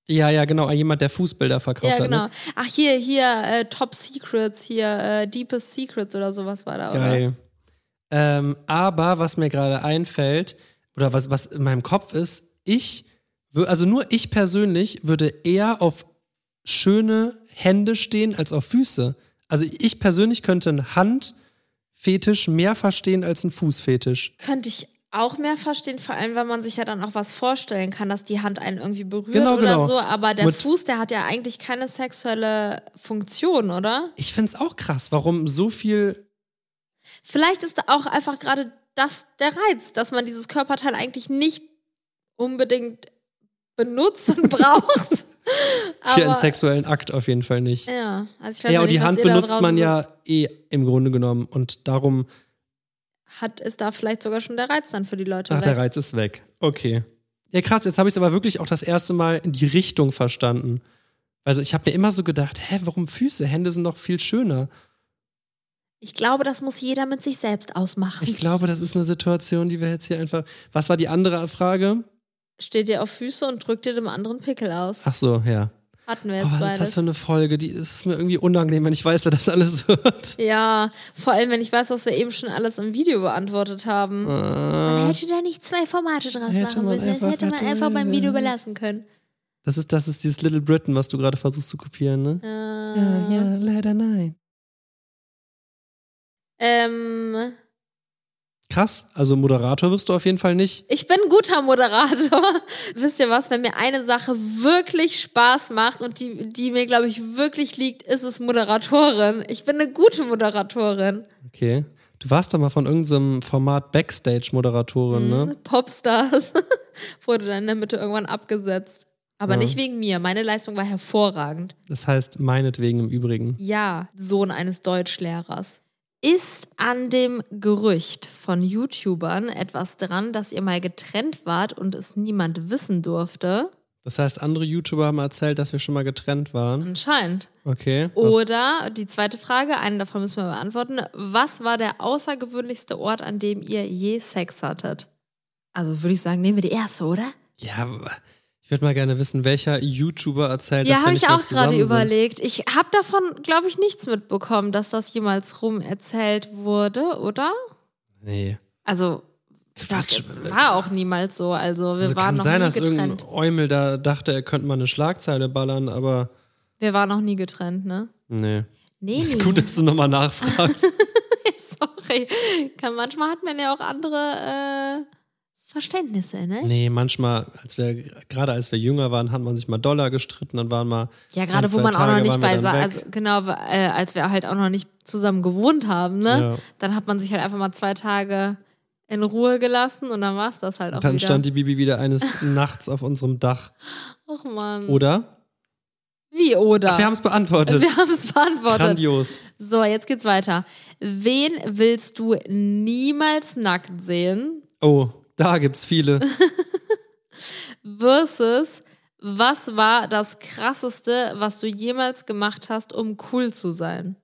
Speaker 2: ja, ja, genau. Jemand, der Fußbilder verkauft
Speaker 1: Ja,
Speaker 2: hat.
Speaker 1: genau.
Speaker 2: Ne?
Speaker 1: Ach, hier, hier, äh, Top Secrets, hier, äh, Deepest Secrets oder sowas war da, oder?
Speaker 2: Geil. Ähm, aber was mir gerade einfällt, oder was, was in meinem Kopf ist, ich, wür- also nur ich persönlich würde eher auf schöne Hände stehen als auf Füße. Also ich persönlich könnte einen Handfetisch mehr verstehen als einen Fußfetisch.
Speaker 1: Könnte ich auch mehr verstehen, vor allem, weil man sich ja dann auch was vorstellen kann, dass die Hand einen irgendwie berührt
Speaker 2: Genau,
Speaker 1: oder
Speaker 2: genau.
Speaker 1: so. Aber der
Speaker 2: Mit-
Speaker 1: Fuß, der hat ja eigentlich keine sexuelle Funktion, oder?
Speaker 2: Ich finde es auch krass, warum so viel.
Speaker 1: Vielleicht ist da auch einfach gerade das der Reiz, dass man dieses Körperteil eigentlich nicht unbedingt benutzt und braucht.
Speaker 2: Für einen
Speaker 1: Aber-
Speaker 2: sexuellen Akt auf jeden Fall nicht.
Speaker 1: Ja, also ich weiß
Speaker 2: Ja,
Speaker 1: ja,
Speaker 2: und
Speaker 1: nicht,
Speaker 2: die
Speaker 1: was
Speaker 2: Hand
Speaker 1: ihr da
Speaker 2: benutzt man
Speaker 1: draußen
Speaker 2: ja eh im Grunde genommen. Und darum,
Speaker 1: Hat ist da vielleicht sogar schon der Reiz dann für die Leute.
Speaker 2: ach,
Speaker 1: weg.
Speaker 2: der Reiz ist weg. Okay. Ja, krass, jetzt habe ich es aber wirklich auch das erste Mal in die Richtung verstanden. Also ich habe mir immer so gedacht, hä, warum Füße? Hände sind doch viel schöner.
Speaker 1: Ich glaube, das muss jeder mit sich selbst ausmachen.
Speaker 2: Ich glaube, das ist eine Situation, die wir jetzt hier einfach. Was war die andere Frage?
Speaker 1: Steht ihr auf Füße und drückt ihr dem anderen Pickel aus.
Speaker 2: Ach so, ja.
Speaker 1: Hatten wir
Speaker 2: Oh,
Speaker 1: jetzt
Speaker 2: was ist
Speaker 1: beides.
Speaker 2: das für eine Folge? Die es ist mir irgendwie unangenehm, wenn ich weiß, wer das alles hört.
Speaker 1: ja, vor allem, wenn ich weiß, was wir eben schon alles im Video beantwortet haben.
Speaker 2: Ah.
Speaker 1: Man hätte da nicht zwei Formate draus
Speaker 2: Hätte
Speaker 1: machen
Speaker 2: Äh. man
Speaker 1: müssen. Das
Speaker 2: einfach-
Speaker 1: hätte man einfach beim Video belassen können.
Speaker 2: Das ist, das ist dieses Little Britain, was du gerade versuchst zu kopieren,
Speaker 1: Äh,
Speaker 2: ne?
Speaker 1: Ah.
Speaker 2: Ja, ja, leider nein.
Speaker 1: Ähm,
Speaker 2: Krass, also Moderator wirst du auf jeden Fall nicht.
Speaker 1: ich bin ein guter Moderator. Wisst ihr was, wenn mir eine Sache wirklich Spaß macht und die, die mir, glaube ich, wirklich liegt, ist es Moderatorin. Ich bin eine gute Moderatorin.
Speaker 2: Okay. Du warst doch mal von irgendeinem Format Backstage-Moderatorin,
Speaker 1: Mhm.
Speaker 2: ne?
Speaker 1: Popstars wurde dann in der Mitte irgendwann abgesetzt. Aber
Speaker 2: Ja.
Speaker 1: nicht wegen mir. Meine Leistung war hervorragend.
Speaker 2: Das heißt, meinetwegen im Übrigen.
Speaker 1: Ja, Sohn eines Deutschlehrers. Ist an dem Gerücht von YouTubern etwas dran, dass ihr mal getrennt wart und es niemand wissen durfte?
Speaker 2: Das heißt, andere YouTuber haben erzählt, dass wir schon mal getrennt waren.
Speaker 1: Anscheinend.
Speaker 2: Okay. Was-
Speaker 1: Oder die zweite Frage, einen davon müssen wir beantworten. Was war der außergewöhnlichste Ort, an dem ihr je Sex hattet? Also würde ich sagen, nehmen wir die erste, oder?
Speaker 2: Ja, aber ich würde mal gerne wissen, welcher YouTuber erzählt,
Speaker 1: Ja,
Speaker 2: dass wir
Speaker 1: habe
Speaker 2: nicht
Speaker 1: ich
Speaker 2: mehr
Speaker 1: auch gerade
Speaker 2: zusammen sind.
Speaker 1: überlegt. Ich habe davon, glaube ich, nichts mitbekommen, dass das jemals rum erzählt wurde, oder?
Speaker 2: Nee.
Speaker 1: Also,
Speaker 2: Quatsch.
Speaker 1: das war auch niemals so. Also, wir
Speaker 2: Also
Speaker 1: waren
Speaker 2: kann
Speaker 1: noch
Speaker 2: sein,
Speaker 1: nie
Speaker 2: dass irgendein
Speaker 1: getrennt.
Speaker 2: Eumel da dachte, er könnte mal eine Schlagzeile ballern, aber
Speaker 1: Wir waren noch nie getrennt, ne?
Speaker 2: nee.
Speaker 1: Nee, nee.
Speaker 2: Gut, dass du nochmal nachfragst.
Speaker 1: Sorry. Kann, manchmal hat man ja auch andere äh, Verständnisse, ne?
Speaker 2: nee, manchmal, als wir, gerade als wir jünger waren, hat man sich mal Dollar gestritten, dann waren mal.
Speaker 1: Ja,
Speaker 2: ein,
Speaker 1: gerade wo
Speaker 2: zwei
Speaker 1: man auch noch
Speaker 2: Tage
Speaker 1: nicht
Speaker 2: waren wir
Speaker 1: bei,
Speaker 2: dann
Speaker 1: sa-
Speaker 2: weg.
Speaker 1: also genau, äh, als wir halt auch noch nicht zusammen gewohnt haben, ne?
Speaker 2: Ja.
Speaker 1: Dann hat man sich halt einfach mal zwei Tage in Ruhe gelassen und dann war es das halt auch
Speaker 2: dann
Speaker 1: wieder.
Speaker 2: stand die Bibi wieder eines Nachts auf unserem Dach.
Speaker 1: Och man.
Speaker 2: Oder?
Speaker 1: Wie oder?
Speaker 2: Oh. Ach, wir haben es
Speaker 1: Hm.
Speaker 2: beantwortet.
Speaker 1: Wir haben es beantwortet.
Speaker 2: Grandios.
Speaker 1: So, jetzt geht's weiter. Wen willst du niemals nackt sehen?
Speaker 2: Oh, da gibt's viele.
Speaker 1: Versus, was war das krasseste, was du jemals gemacht hast, um cool zu sein?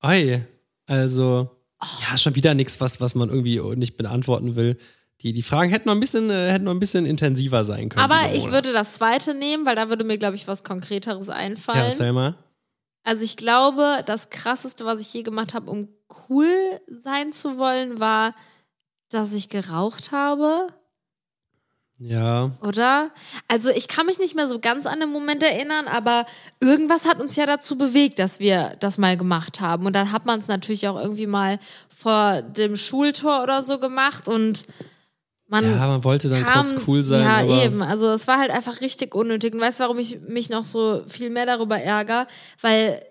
Speaker 2: Ei, also,
Speaker 1: Oh.
Speaker 2: ja, schon wieder nichts, was, was man irgendwie nicht beantworten will. Die, die Fragen hätten noch ein bisschen, äh, hätten noch ein bisschen intensiver sein können.
Speaker 1: Aber
Speaker 2: liebe
Speaker 1: ich
Speaker 2: Mona.
Speaker 1: würde das zweite nehmen, weil da würde mir, glaube ich, was Konkreteres
Speaker 2: Ja,
Speaker 1: einfallen.
Speaker 2: erzähl mal.
Speaker 1: Also ich glaube, das krasseste, was ich je gemacht habe, um cool sein zu wollen, war, dass ich geraucht habe,
Speaker 2: Ja.
Speaker 1: oder? Also ich kann mich nicht mehr so ganz an den Moment erinnern, aber irgendwas hat uns ja dazu bewegt, dass wir das mal gemacht haben. Und dann hat man es natürlich auch irgendwie mal vor dem Schultor oder so gemacht und man
Speaker 2: Ja, man wollte dann
Speaker 1: kam-
Speaker 2: kurz cool sein.
Speaker 1: Ja,
Speaker 2: aber
Speaker 1: eben. Also es war halt einfach richtig unnötig. Und weißt du, warum ich mich noch so viel mehr darüber ärgere? Weil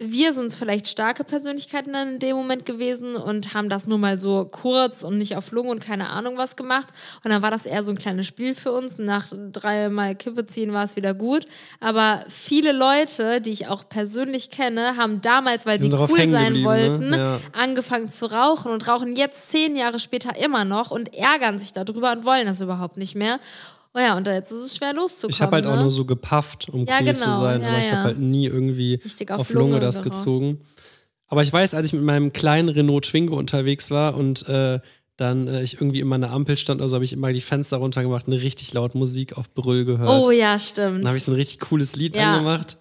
Speaker 1: wir sind vielleicht starke Persönlichkeiten dann in dem Moment gewesen und haben das nur mal so kurz und nicht auf Lungen und keine Ahnung was gemacht. Und dann war das eher so ein kleines Spiel für uns. Nach dreimal Kippe ziehen war es wieder gut. Aber viele Leute, die ich auch persönlich kenne, haben damals, weil
Speaker 2: Die sind
Speaker 1: sie
Speaker 2: darauf
Speaker 1: cool
Speaker 2: hängen
Speaker 1: sein
Speaker 2: geblieben, ne?
Speaker 1: wollten,
Speaker 2: Ja.
Speaker 1: angefangen zu rauchen und rauchen jetzt zehn Jahre später immer noch und ärgern sich darüber und wollen das überhaupt nicht mehr. Oh ja, und jetzt ist es schwer loszukommen.
Speaker 2: Ich habe halt auch
Speaker 1: ne?
Speaker 2: nur so gepafft, um
Speaker 1: Ja,
Speaker 2: cool zu
Speaker 1: genau.
Speaker 2: sein,
Speaker 1: Ja,
Speaker 2: aber ich
Speaker 1: ja.
Speaker 2: habe halt nie irgendwie
Speaker 1: Richtig
Speaker 2: auf,
Speaker 1: auf
Speaker 2: Lunge,
Speaker 1: Lunge
Speaker 2: das
Speaker 1: geraucht.
Speaker 2: gezogen. Aber ich weiß, als ich mit meinem kleinen Renault Twingo unterwegs war und äh, dann äh, ich irgendwie immer an der Ampel stand, also habe ich immer die Fenster runtergemacht und eine richtig laut Musik auf Brüll gehört.
Speaker 1: oh ja,
Speaker 2: Dann habe
Speaker 1: stimmt.
Speaker 2: ich so ein richtig cooles Lied
Speaker 1: Ja.
Speaker 2: angemacht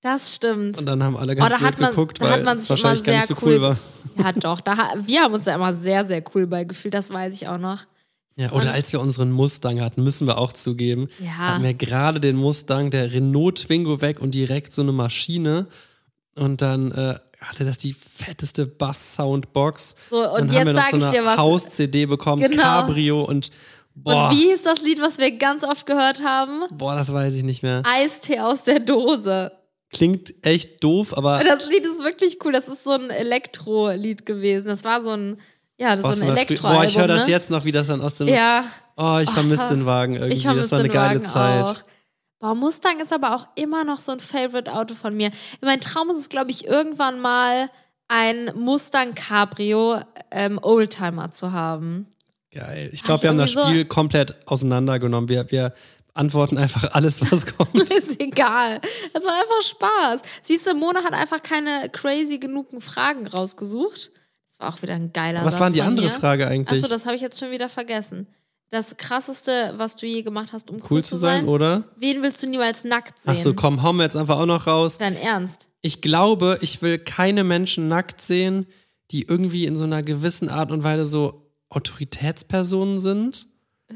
Speaker 1: Das stimmt.
Speaker 2: und dann haben alle
Speaker 1: Oh,
Speaker 2: ganz
Speaker 1: da
Speaker 2: blöd
Speaker 1: hat man-
Speaker 2: geguckt,
Speaker 1: da hat
Speaker 2: weil
Speaker 1: man
Speaker 2: es
Speaker 1: sich
Speaker 2: wahrscheinlich
Speaker 1: immer
Speaker 2: gar nicht so
Speaker 1: sehr
Speaker 2: cool,
Speaker 1: cool-
Speaker 2: war.
Speaker 1: Ja, doch. Da, ha- wir haben uns da immer sehr, sehr cool bei gefühlt. Das weiß ich auch noch.
Speaker 2: Ja, oder als wir unseren Mustang hatten, müssen wir auch zugeben,
Speaker 1: Ja.
Speaker 2: hatten wir gerade den Mustang, der Renault Twingo weg und direkt so eine Maschine. Und dann äh, hatte das die fetteste Bass-Soundbox.
Speaker 1: So, und
Speaker 2: dann
Speaker 1: jetzt
Speaker 2: haben wir noch
Speaker 1: sag
Speaker 2: so
Speaker 1: ich
Speaker 2: eine
Speaker 1: dir was.
Speaker 2: Haus-CD bekommen,
Speaker 1: Genau.
Speaker 2: Cabrio und boah,
Speaker 1: Und wie hieß das Lied, was wir ganz oft gehört haben?
Speaker 2: boah, das weiß ich nicht mehr.
Speaker 1: Eistee aus der Dose.
Speaker 2: Klingt echt doof, aber
Speaker 1: Das Lied ist wirklich cool. Das ist so ein Elektro-Lied gewesen. Das war so ein, ja, das
Speaker 2: aus
Speaker 1: ist so
Speaker 2: einer
Speaker 1: ein
Speaker 2: Frü- boah, ich
Speaker 1: Elektro-Album.
Speaker 2: höre das
Speaker 1: ne?
Speaker 2: jetzt noch, wie das dann aus dem
Speaker 1: Ja.
Speaker 2: Oh, ich
Speaker 1: Oh,
Speaker 2: vermisse
Speaker 1: das
Speaker 2: den Wagen irgendwie.
Speaker 1: Ich
Speaker 2: das
Speaker 1: vermisse
Speaker 2: war eine
Speaker 1: den
Speaker 2: geile
Speaker 1: Wagen
Speaker 2: Zeit.
Speaker 1: auch. Boah, Mustang ist aber auch immer noch so ein Favorite-Auto von mir. Mein Traum ist es, glaube ich, irgendwann mal ein Mustang Cabrio ähm, Oldtimer zu haben.
Speaker 2: Geil. Ich
Speaker 1: ich
Speaker 2: glaube, wir haben das
Speaker 1: irgendwie so-
Speaker 2: Spiel komplett auseinandergenommen. Wir, wir antworten einfach alles, was kommt.
Speaker 1: Ist egal. Das war einfach Spaß. Siehst du, Mona hat einfach keine crazy genugen Fragen rausgesucht. Das war auch wieder ein geiler
Speaker 2: Was
Speaker 1: Satz
Speaker 2: waren die
Speaker 1: von
Speaker 2: andere
Speaker 1: mir.
Speaker 2: Frage eigentlich?
Speaker 1: Achso, das habe ich jetzt schon wieder vergessen. Das krasseste, was du je gemacht hast, um cool,
Speaker 2: cool zu sein, oder?
Speaker 1: Wen willst du niemals nackt sehen?
Speaker 2: Achso, komm, hauen wir jetzt einfach auch noch raus.
Speaker 1: Dein Ernst?
Speaker 2: Ich glaube, ich will keine Menschen nackt sehen, die irgendwie in so einer gewissen Art und Weise so Autoritätspersonen sind.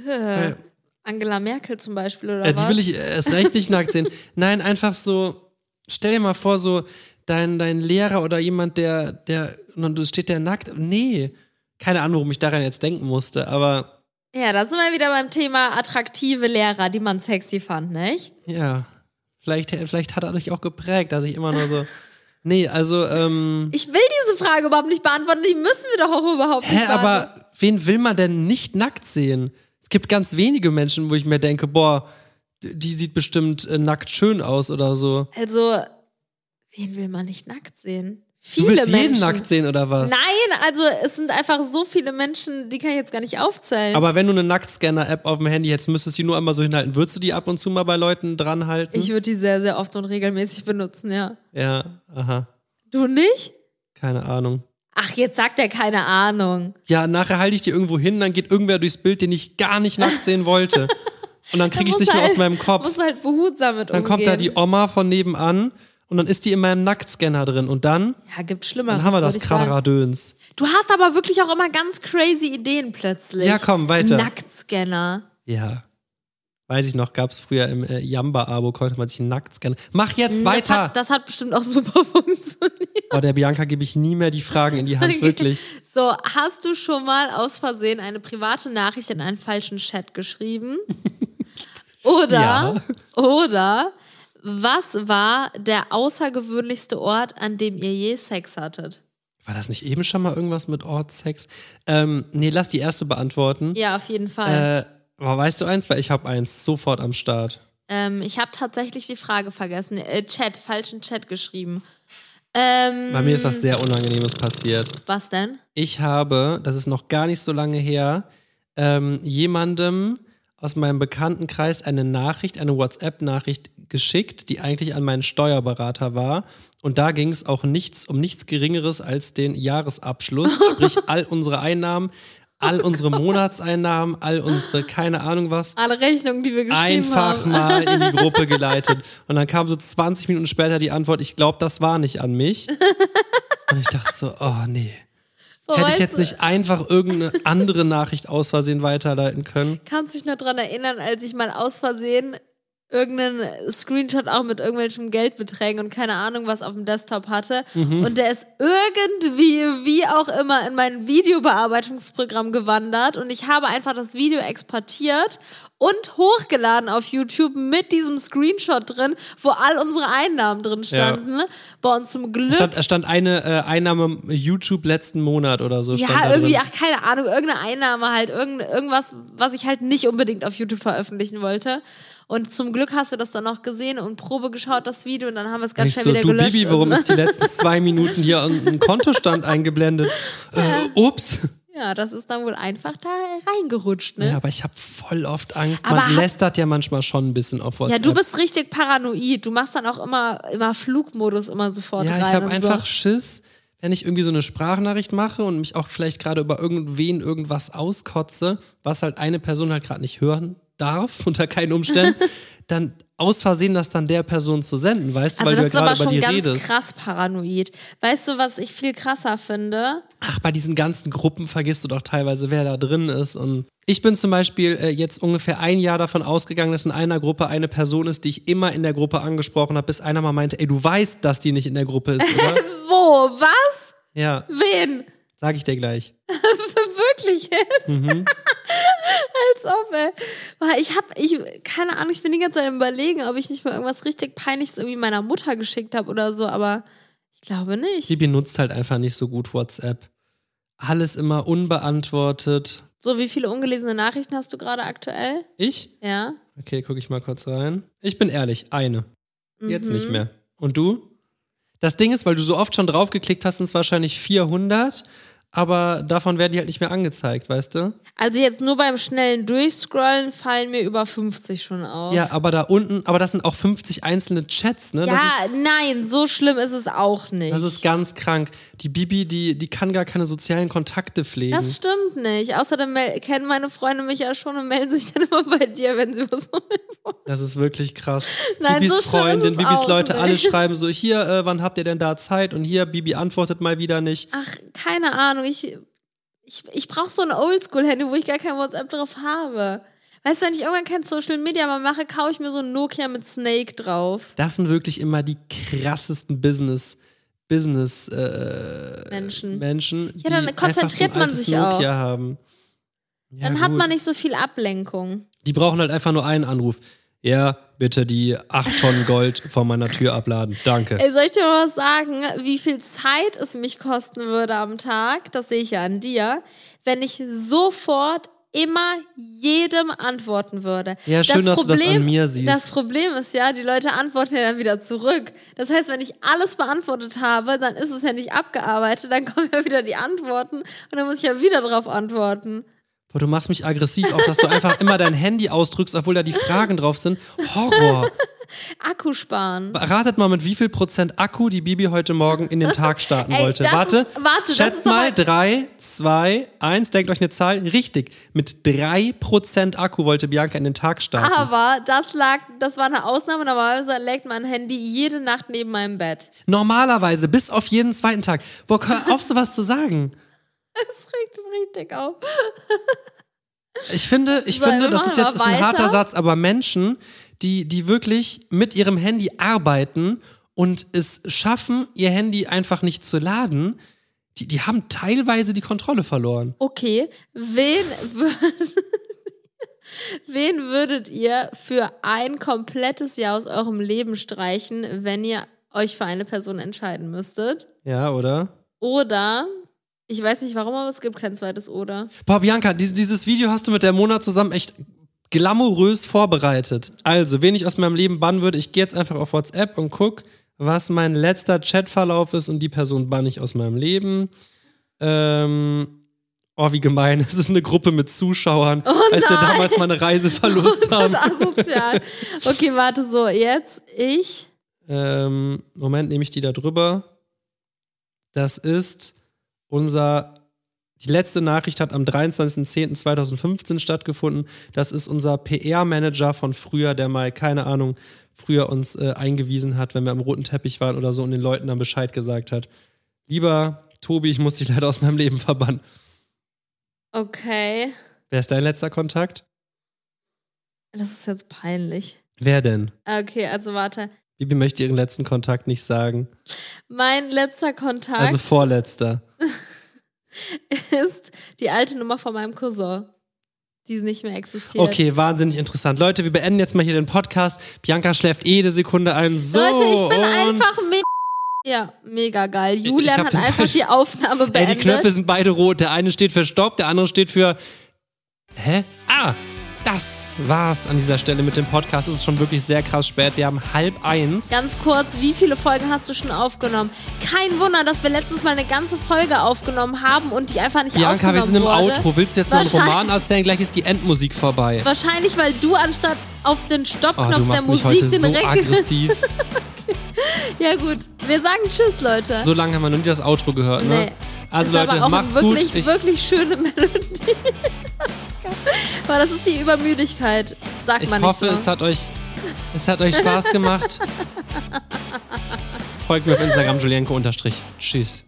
Speaker 2: Weil
Speaker 1: Angela Merkel zum Beispiel oder
Speaker 2: Äh, die
Speaker 1: was?
Speaker 2: will ich erst recht nicht nackt sehen. Nein, einfach so, stell dir mal vor, so dein, dein Lehrer oder jemand, der, der, und dann du- steht der nackt. Nee, keine Ahnung, warum ich daran jetzt denken musste, aber
Speaker 1: ja, da sind wir wieder beim Thema attraktive Lehrer, die man sexy fand, nicht?
Speaker 2: ja, vielleicht, vielleicht hat er dich auch geprägt, dass ich immer nur so. Nee, also, ähm,
Speaker 1: Ich will diese Frage überhaupt nicht beantworten, die müssen wir doch auch überhaupt nicht
Speaker 2: hä,
Speaker 1: beantworten.
Speaker 2: aber wen will man denn nicht nackt sehen? Es gibt ganz wenige Menschen, wo ich mir denke, boah, d- die sieht bestimmt äh, nackt schön aus oder so.
Speaker 1: Also, wen will man nicht nackt sehen?
Speaker 2: Du
Speaker 1: Viele
Speaker 2: willst
Speaker 1: Menschen.
Speaker 2: jeden nackt sehen oder was?
Speaker 1: Nein, also es sind einfach so viele Menschen, die kann ich jetzt gar nicht aufzählen.
Speaker 2: Aber wenn du eine Nacktscanner-App auf dem Handy hättest, müsstest du die nur einmal so hinhalten. Würdest du die ab und zu mal bei Leuten dranhalten?
Speaker 1: ich würde die sehr, sehr oft und regelmäßig benutzen, ja.
Speaker 2: ja, aha.
Speaker 1: Du nicht?
Speaker 2: Keine Ahnung.
Speaker 1: Ach, jetzt sagt er keine Ahnung.
Speaker 2: Ja, nachher halte ich die irgendwo hin, dann geht irgendwer durchs Bild, den ich gar nicht nackt sehen wollte. Und dann kriege ich es nicht mehr aus meinem Kopf.
Speaker 1: Muss halt behutsam mit
Speaker 2: Dann
Speaker 1: umgehen.
Speaker 2: kommt da die Oma von nebenan und dann ist die in meinem Nacktscanner drin. Und dann,
Speaker 1: Ja, gibt Schlimmeres.
Speaker 2: dann haben wir das
Speaker 1: würd ich sagen.
Speaker 2: Kradradöns.
Speaker 1: Du hast aber wirklich auch immer ganz crazy Ideen plötzlich.
Speaker 2: Ja, komm, weiter.
Speaker 1: Nacktscanner.
Speaker 2: Ja. Weiß ich noch, gab es früher im äh, Jamba-Abo, konnte man sich einen Nacktscanner. Mach jetzt
Speaker 1: Hm, Das
Speaker 2: weiter!
Speaker 1: hat, das hat bestimmt auch super funktioniert.
Speaker 2: Boah, der Bianca gebe ich nie mehr die Fragen in die Hand,
Speaker 1: Okay.
Speaker 2: wirklich.
Speaker 1: So, hast du schon mal aus Versehen eine private Nachricht in einen falschen Chat geschrieben? Oder,
Speaker 2: Ja.
Speaker 1: oder, was war der außergewöhnlichste Ort, an dem ihr je Sex hattet?
Speaker 2: War das nicht eben schon mal irgendwas mit Ortsex? Ähm, nee, lass die erste beantworten.
Speaker 1: Ja, auf jeden Fall.
Speaker 2: Äh, aber weißt du eins? Weil ich habe eins sofort am Start.
Speaker 1: Ähm, ich habe tatsächlich die Frage vergessen. Äh, Chat, falschen Chat geschrieben. Ähm,
Speaker 2: Bei mir ist was sehr Unangenehmes passiert.
Speaker 1: was denn?
Speaker 2: Ich habe, das ist noch gar nicht so lange her, ähm, jemandem aus meinem Bekanntenkreis eine Nachricht, eine WhatsApp-Nachricht geschickt, die eigentlich an meinen Steuerberater war. Und da ging es auch nichts um nichts Geringeres als den Jahresabschluss, sprich all unsere Einnahmen, all unsere Monatseinnahmen, all unsere keine Ahnung was.
Speaker 1: Alle Rechnungen, die wir geschrieben
Speaker 2: einfach
Speaker 1: haben.
Speaker 2: mal in die Gruppe geleitet. Und dann kam so 20 Minuten später die Antwort, ich glaube, das war nicht an mich. Und ich dachte so, oh nee.
Speaker 1: Boah,
Speaker 2: Hätte ich
Speaker 1: weißt
Speaker 2: jetzt
Speaker 1: du,
Speaker 2: nicht einfach irgendeine andere Nachricht aus Versehen weiterleiten können?
Speaker 1: Kannst du dich noch dran erinnern, als ich mal aus Versehen irgendeinen Screenshot auch mit irgendwelchen Geldbeträgen und keine Ahnung was auf dem Desktop hatte
Speaker 2: Mhm.
Speaker 1: und der ist irgendwie, wie auch immer, in mein Videobearbeitungsprogramm gewandert und ich habe einfach das Video exportiert und hochgeladen auf YouTube mit diesem Screenshot drin, wo all unsere Einnahmen drin standen. Bei uns zum Glück.
Speaker 2: Da stand, da stand eine äh, Einnahme YouTube letzten Monat oder so. stand
Speaker 1: Ja,
Speaker 2: da
Speaker 1: irgendwie,
Speaker 2: drin.
Speaker 1: ach, keine Ahnung, irgendeine Einnahme halt, irgend, irgendwas, was ich halt nicht unbedingt auf YouTube veröffentlichen wollte. Und zum Glück hast du das dann noch gesehen und Probe geschaut, das Video, und dann haben wir es ganz
Speaker 2: Nicht
Speaker 1: schnell
Speaker 2: so,
Speaker 1: wieder
Speaker 2: du
Speaker 1: gelöscht.
Speaker 2: Bibi, warum
Speaker 1: und,
Speaker 2: ist die letzten zwei Minuten hier ein ein Kontostand eingeblendet? Äh, ups.
Speaker 1: ja, das ist dann wohl einfach da reingerutscht,
Speaker 2: Ja,
Speaker 1: ne?
Speaker 2: aber ich habe voll oft Angst.
Speaker 1: Aber
Speaker 2: Man
Speaker 1: hat-
Speaker 2: lästert ja manchmal schon ein bisschen auf
Speaker 1: Ja,
Speaker 2: WhatsApp.
Speaker 1: du bist richtig paranoid. Du machst dann auch immer, immer Flugmodus immer sofort
Speaker 2: Ja,
Speaker 1: rein.
Speaker 2: ich habe
Speaker 1: und
Speaker 2: einfach
Speaker 1: so.
Speaker 2: Schiss, wenn ich irgendwie so eine Sprachnachricht mache und mich auch vielleicht gerade über irgendwen irgendwas auskotze, was halt eine Person halt gerade nicht hören darf, unter keinen Umständen, dann aus Versehen das dann der Person zu senden, weißt du,
Speaker 1: Also
Speaker 2: weil du
Speaker 1: das
Speaker 2: ja
Speaker 1: ist aber
Speaker 2: gerade über
Speaker 1: schon
Speaker 2: die
Speaker 1: ganz
Speaker 2: redest.
Speaker 1: krass paranoid. Weißt du, was ich viel krasser finde?
Speaker 2: Ach, bei diesen ganzen Gruppen vergisst du doch teilweise, wer da drin ist. Und ich bin zum Beispiel äh, jetzt ungefähr ein Jahr davon ausgegangen, dass in einer Gruppe eine Person ist, die ich immer in der Gruppe angesprochen habe, bis einer mal meinte, ey, du weißt, dass die nicht in der Gruppe ist, oder?
Speaker 1: Wo? Was?
Speaker 2: ja,
Speaker 1: Wen?
Speaker 2: sag ich dir gleich.
Speaker 1: Wirklich jetzt?
Speaker 2: Mhm.
Speaker 1: Als ob, ey. Boah, Ich hab, ich, keine Ahnung, ich bin die ganze Zeit am überlegen, ob ich nicht mal irgendwas richtig Peinliches irgendwie meiner Mutter geschickt habe oder so, aber ich glaube
Speaker 2: Die
Speaker 1: nicht.
Speaker 2: benutzt halt einfach nicht so gut WhatsApp. Alles immer unbeantwortet.
Speaker 1: So, wie viele ungelesene Nachrichten hast du gerade aktuell?
Speaker 2: Ich?
Speaker 1: Ja.
Speaker 2: Okay, gucke ich mal kurz rein. Ich bin ehrlich, eine.
Speaker 1: Mhm.
Speaker 2: Jetzt nicht mehr. Und du? Das Ding ist, weil du so oft schon draufgeklickt hast, sind es wahrscheinlich 400, aber davon werden die halt nicht mehr angezeigt, weißt du?
Speaker 1: Also jetzt nur beim schnellen Durchscrollen fallen mir über 50 schon auf.
Speaker 2: Ja, aber da unten, aber das sind auch 50 einzelne Chats, ne? Das
Speaker 1: Ja,
Speaker 2: ist,
Speaker 1: nein, so schlimm ist es auch nicht.
Speaker 2: das ist ganz krank. Die Bibi, die, die kann gar keine sozialen Kontakte pflegen.
Speaker 1: Das stimmt nicht. Außerdem mel- kennen meine Freunde mich ja schon und melden sich dann immer bei dir, wenn sie was von mir
Speaker 2: Das ist wirklich krass.
Speaker 1: Nein,
Speaker 2: Bibis
Speaker 1: so schlimm ist
Speaker 2: Freundin,
Speaker 1: es
Speaker 2: Bibis
Speaker 1: auch
Speaker 2: Leute,
Speaker 1: nicht.
Speaker 2: alle schreiben so, hier, äh, wann habt ihr denn da Zeit? Und hier, Bibi antwortet mal wieder nicht.
Speaker 1: Ach, keine Ahnung. Ich, ich, ich brauche so ein Oldschool-Handy, wo ich gar kein WhatsApp drauf habe. Weißt du, wenn ich irgendwann kein Social Media mehr mache, kaufe ich mir so ein Nokia mit Snake drauf.
Speaker 2: Das sind wirklich immer die krassesten Business, Business äh,
Speaker 1: Menschen.
Speaker 2: Menschen.
Speaker 1: Hm. Ja, dann
Speaker 2: die
Speaker 1: konzentriert
Speaker 2: einfach so ein
Speaker 1: man
Speaker 2: altes
Speaker 1: sich
Speaker 2: Nokia
Speaker 1: auch.
Speaker 2: Haben. Ja,
Speaker 1: Dann hat
Speaker 2: gut.
Speaker 1: man nicht so viel Ablenkung.
Speaker 2: Die brauchen halt einfach nur einen Anruf. Ja, bitte die 8 Tonnen Gold vor meiner Tür abladen. Danke.
Speaker 1: Ey, soll ich dir mal was sagen, wie viel Zeit es mich kosten würde am Tag? Das sehe ich ja an dir, wenn ich sofort immer jedem antworten würde.
Speaker 2: Ja, schön, dass du das an mir siehst.
Speaker 1: Das Problem ist ja, die Leute antworten ja dann wieder zurück. Das heißt, wenn ich alles beantwortet habe, dann ist es ja nicht abgearbeitet, dann kommen ja wieder die Antworten und dann muss ich ja wieder drauf antworten.
Speaker 2: Boah, du machst mich aggressiv, auch dass du einfach immer dein Handy ausdrückst, obwohl da die Fragen drauf sind. Horror.
Speaker 1: Akku sparen.
Speaker 2: Ratet mal, mit wie viel Prozent Akku die Bibi heute Morgen in den Tag starten
Speaker 1: Ey,
Speaker 2: wollte.
Speaker 1: das
Speaker 2: Warte,
Speaker 1: ist- warte, das
Speaker 2: schätzt
Speaker 1: ist
Speaker 2: mal.
Speaker 1: aber-
Speaker 2: 3, 2, 1. Denkt euch eine Zahl. Richtig. Mit 3% Akku wollte Bianca in den Tag starten.
Speaker 1: Aber das lag, das war eine Ausnahme. Normalerweise legt mein Handy jede Nacht neben meinem Bett.
Speaker 2: Normalerweise, bis auf jeden zweiten Tag. Boah, hör auf, sowas zu sagen.
Speaker 1: Das regt ihn richtig auf.
Speaker 2: Ich finde, ich
Speaker 1: Sollen
Speaker 2: finde,
Speaker 1: wir
Speaker 2: das ist
Speaker 1: machen
Speaker 2: jetzt ist
Speaker 1: wir
Speaker 2: ein harter
Speaker 1: weiter?
Speaker 2: Satz, aber Menschen, die, die wirklich mit ihrem Handy arbeiten und es schaffen, ihr Handy einfach nicht zu laden, die, die haben teilweise die Kontrolle verloren.
Speaker 1: Okay, wen, wür- wen würdet ihr für ein komplettes Jahr aus eurem Leben streichen, wenn ihr euch für eine Person entscheiden müsstet?
Speaker 2: Ja, oder?
Speaker 1: Oder, ich weiß nicht warum, aber es gibt kein zweites Oder.
Speaker 2: Boah, Bianca, dies- dieses Video hast du mit der Mona zusammen echt glamourös vorbereitet. Also, wen ich aus meinem Leben bannen würde, ich gehe jetzt einfach auf WhatsApp und guck, was mein letzter Chatverlauf ist und die Person bann ich aus meinem Leben. Ähm, oh, wie gemein. Es ist eine Gruppe mit Zuschauern, als wir damals mal eine Reise verlost
Speaker 1: Oh Das
Speaker 2: haben.
Speaker 1: ist asozial. Okay, warte, so, jetzt ich.
Speaker 2: Ähm, Moment, nehme ich die da drüber. Das ist unser. Die letzte Nachricht hat am 23.10.2015 stattgefunden. Das ist unser PR-Manager von früher, der mal, keine Ahnung, früher uns äh, eingewiesen hat, wenn wir am roten Teppich waren oder so und den Leuten dann Bescheid gesagt hat. Lieber Tobi, ich muss dich leider aus meinem Leben verbannen.
Speaker 1: Okay.
Speaker 2: Wer ist dein letzter Kontakt?
Speaker 1: Das ist jetzt peinlich.
Speaker 2: Wer denn?
Speaker 1: Okay, also warte.
Speaker 2: Bibi möchte ihren letzten Kontakt nicht sagen.
Speaker 1: Mein letzter Kontakt
Speaker 2: Also vorletzter.
Speaker 1: ist die alte Nummer von meinem Cousin, die nicht mehr existiert.
Speaker 2: Okay, wahnsinnig interessant. Leute, wir beenden jetzt mal hier den Podcast. Bianca schläft jede Sekunde ein. So,
Speaker 1: Leute, ich bin
Speaker 2: und
Speaker 1: einfach me ja, mega geil. Julian
Speaker 2: hab
Speaker 1: hat
Speaker 2: den
Speaker 1: einfach
Speaker 2: falschen-
Speaker 1: die Aufnahme
Speaker 2: Ey, die
Speaker 1: beendet.
Speaker 2: Knöpfe sind beide rot. Der eine steht für Stopp, der andere steht für. Hä? Ah, das war's an dieser Stelle mit dem Podcast. Es ist schon wirklich sehr krass spät. Wir haben halb eins.
Speaker 1: Ganz kurz, wie viele Folgen hast du schon aufgenommen? Kein Wunder, dass wir letztens mal eine ganze Folge aufgenommen haben und die einfach nicht
Speaker 2: Bianca,
Speaker 1: aufgenommen
Speaker 2: wir sind im
Speaker 1: wurde.
Speaker 2: Outro. Willst du jetzt noch einen
Speaker 1: Wahrscheinlich-
Speaker 2: Roman erzählen? Gleich ist die Endmusik vorbei.
Speaker 1: Wahrscheinlich, weil du anstatt auf den
Speaker 2: Oh,
Speaker 1: Stoppknopf
Speaker 2: du
Speaker 1: der
Speaker 2: machst mich
Speaker 1: Musik
Speaker 2: heute
Speaker 1: den
Speaker 2: so
Speaker 1: Rec-
Speaker 2: aggressiv.
Speaker 1: Ja gut, wir sagen Tschüss, Leute.
Speaker 2: So lange haben wir noch nie das Outro gehört, ne?
Speaker 1: Nee.
Speaker 2: Also
Speaker 1: ist
Speaker 2: Leute,
Speaker 1: aber auch
Speaker 2: macht's
Speaker 1: eine
Speaker 2: gut.
Speaker 1: wirklich,
Speaker 2: Ich-
Speaker 1: wirklich schöne Melodie. Aber das ist die Übermüdigkeit, sagt
Speaker 2: Ich
Speaker 1: man
Speaker 2: hoffe,
Speaker 1: nicht
Speaker 2: es
Speaker 1: so.
Speaker 2: hat euch, es hat euch Spaß gemacht. Folgt mir auf Instagram, Julienko-Tschüss.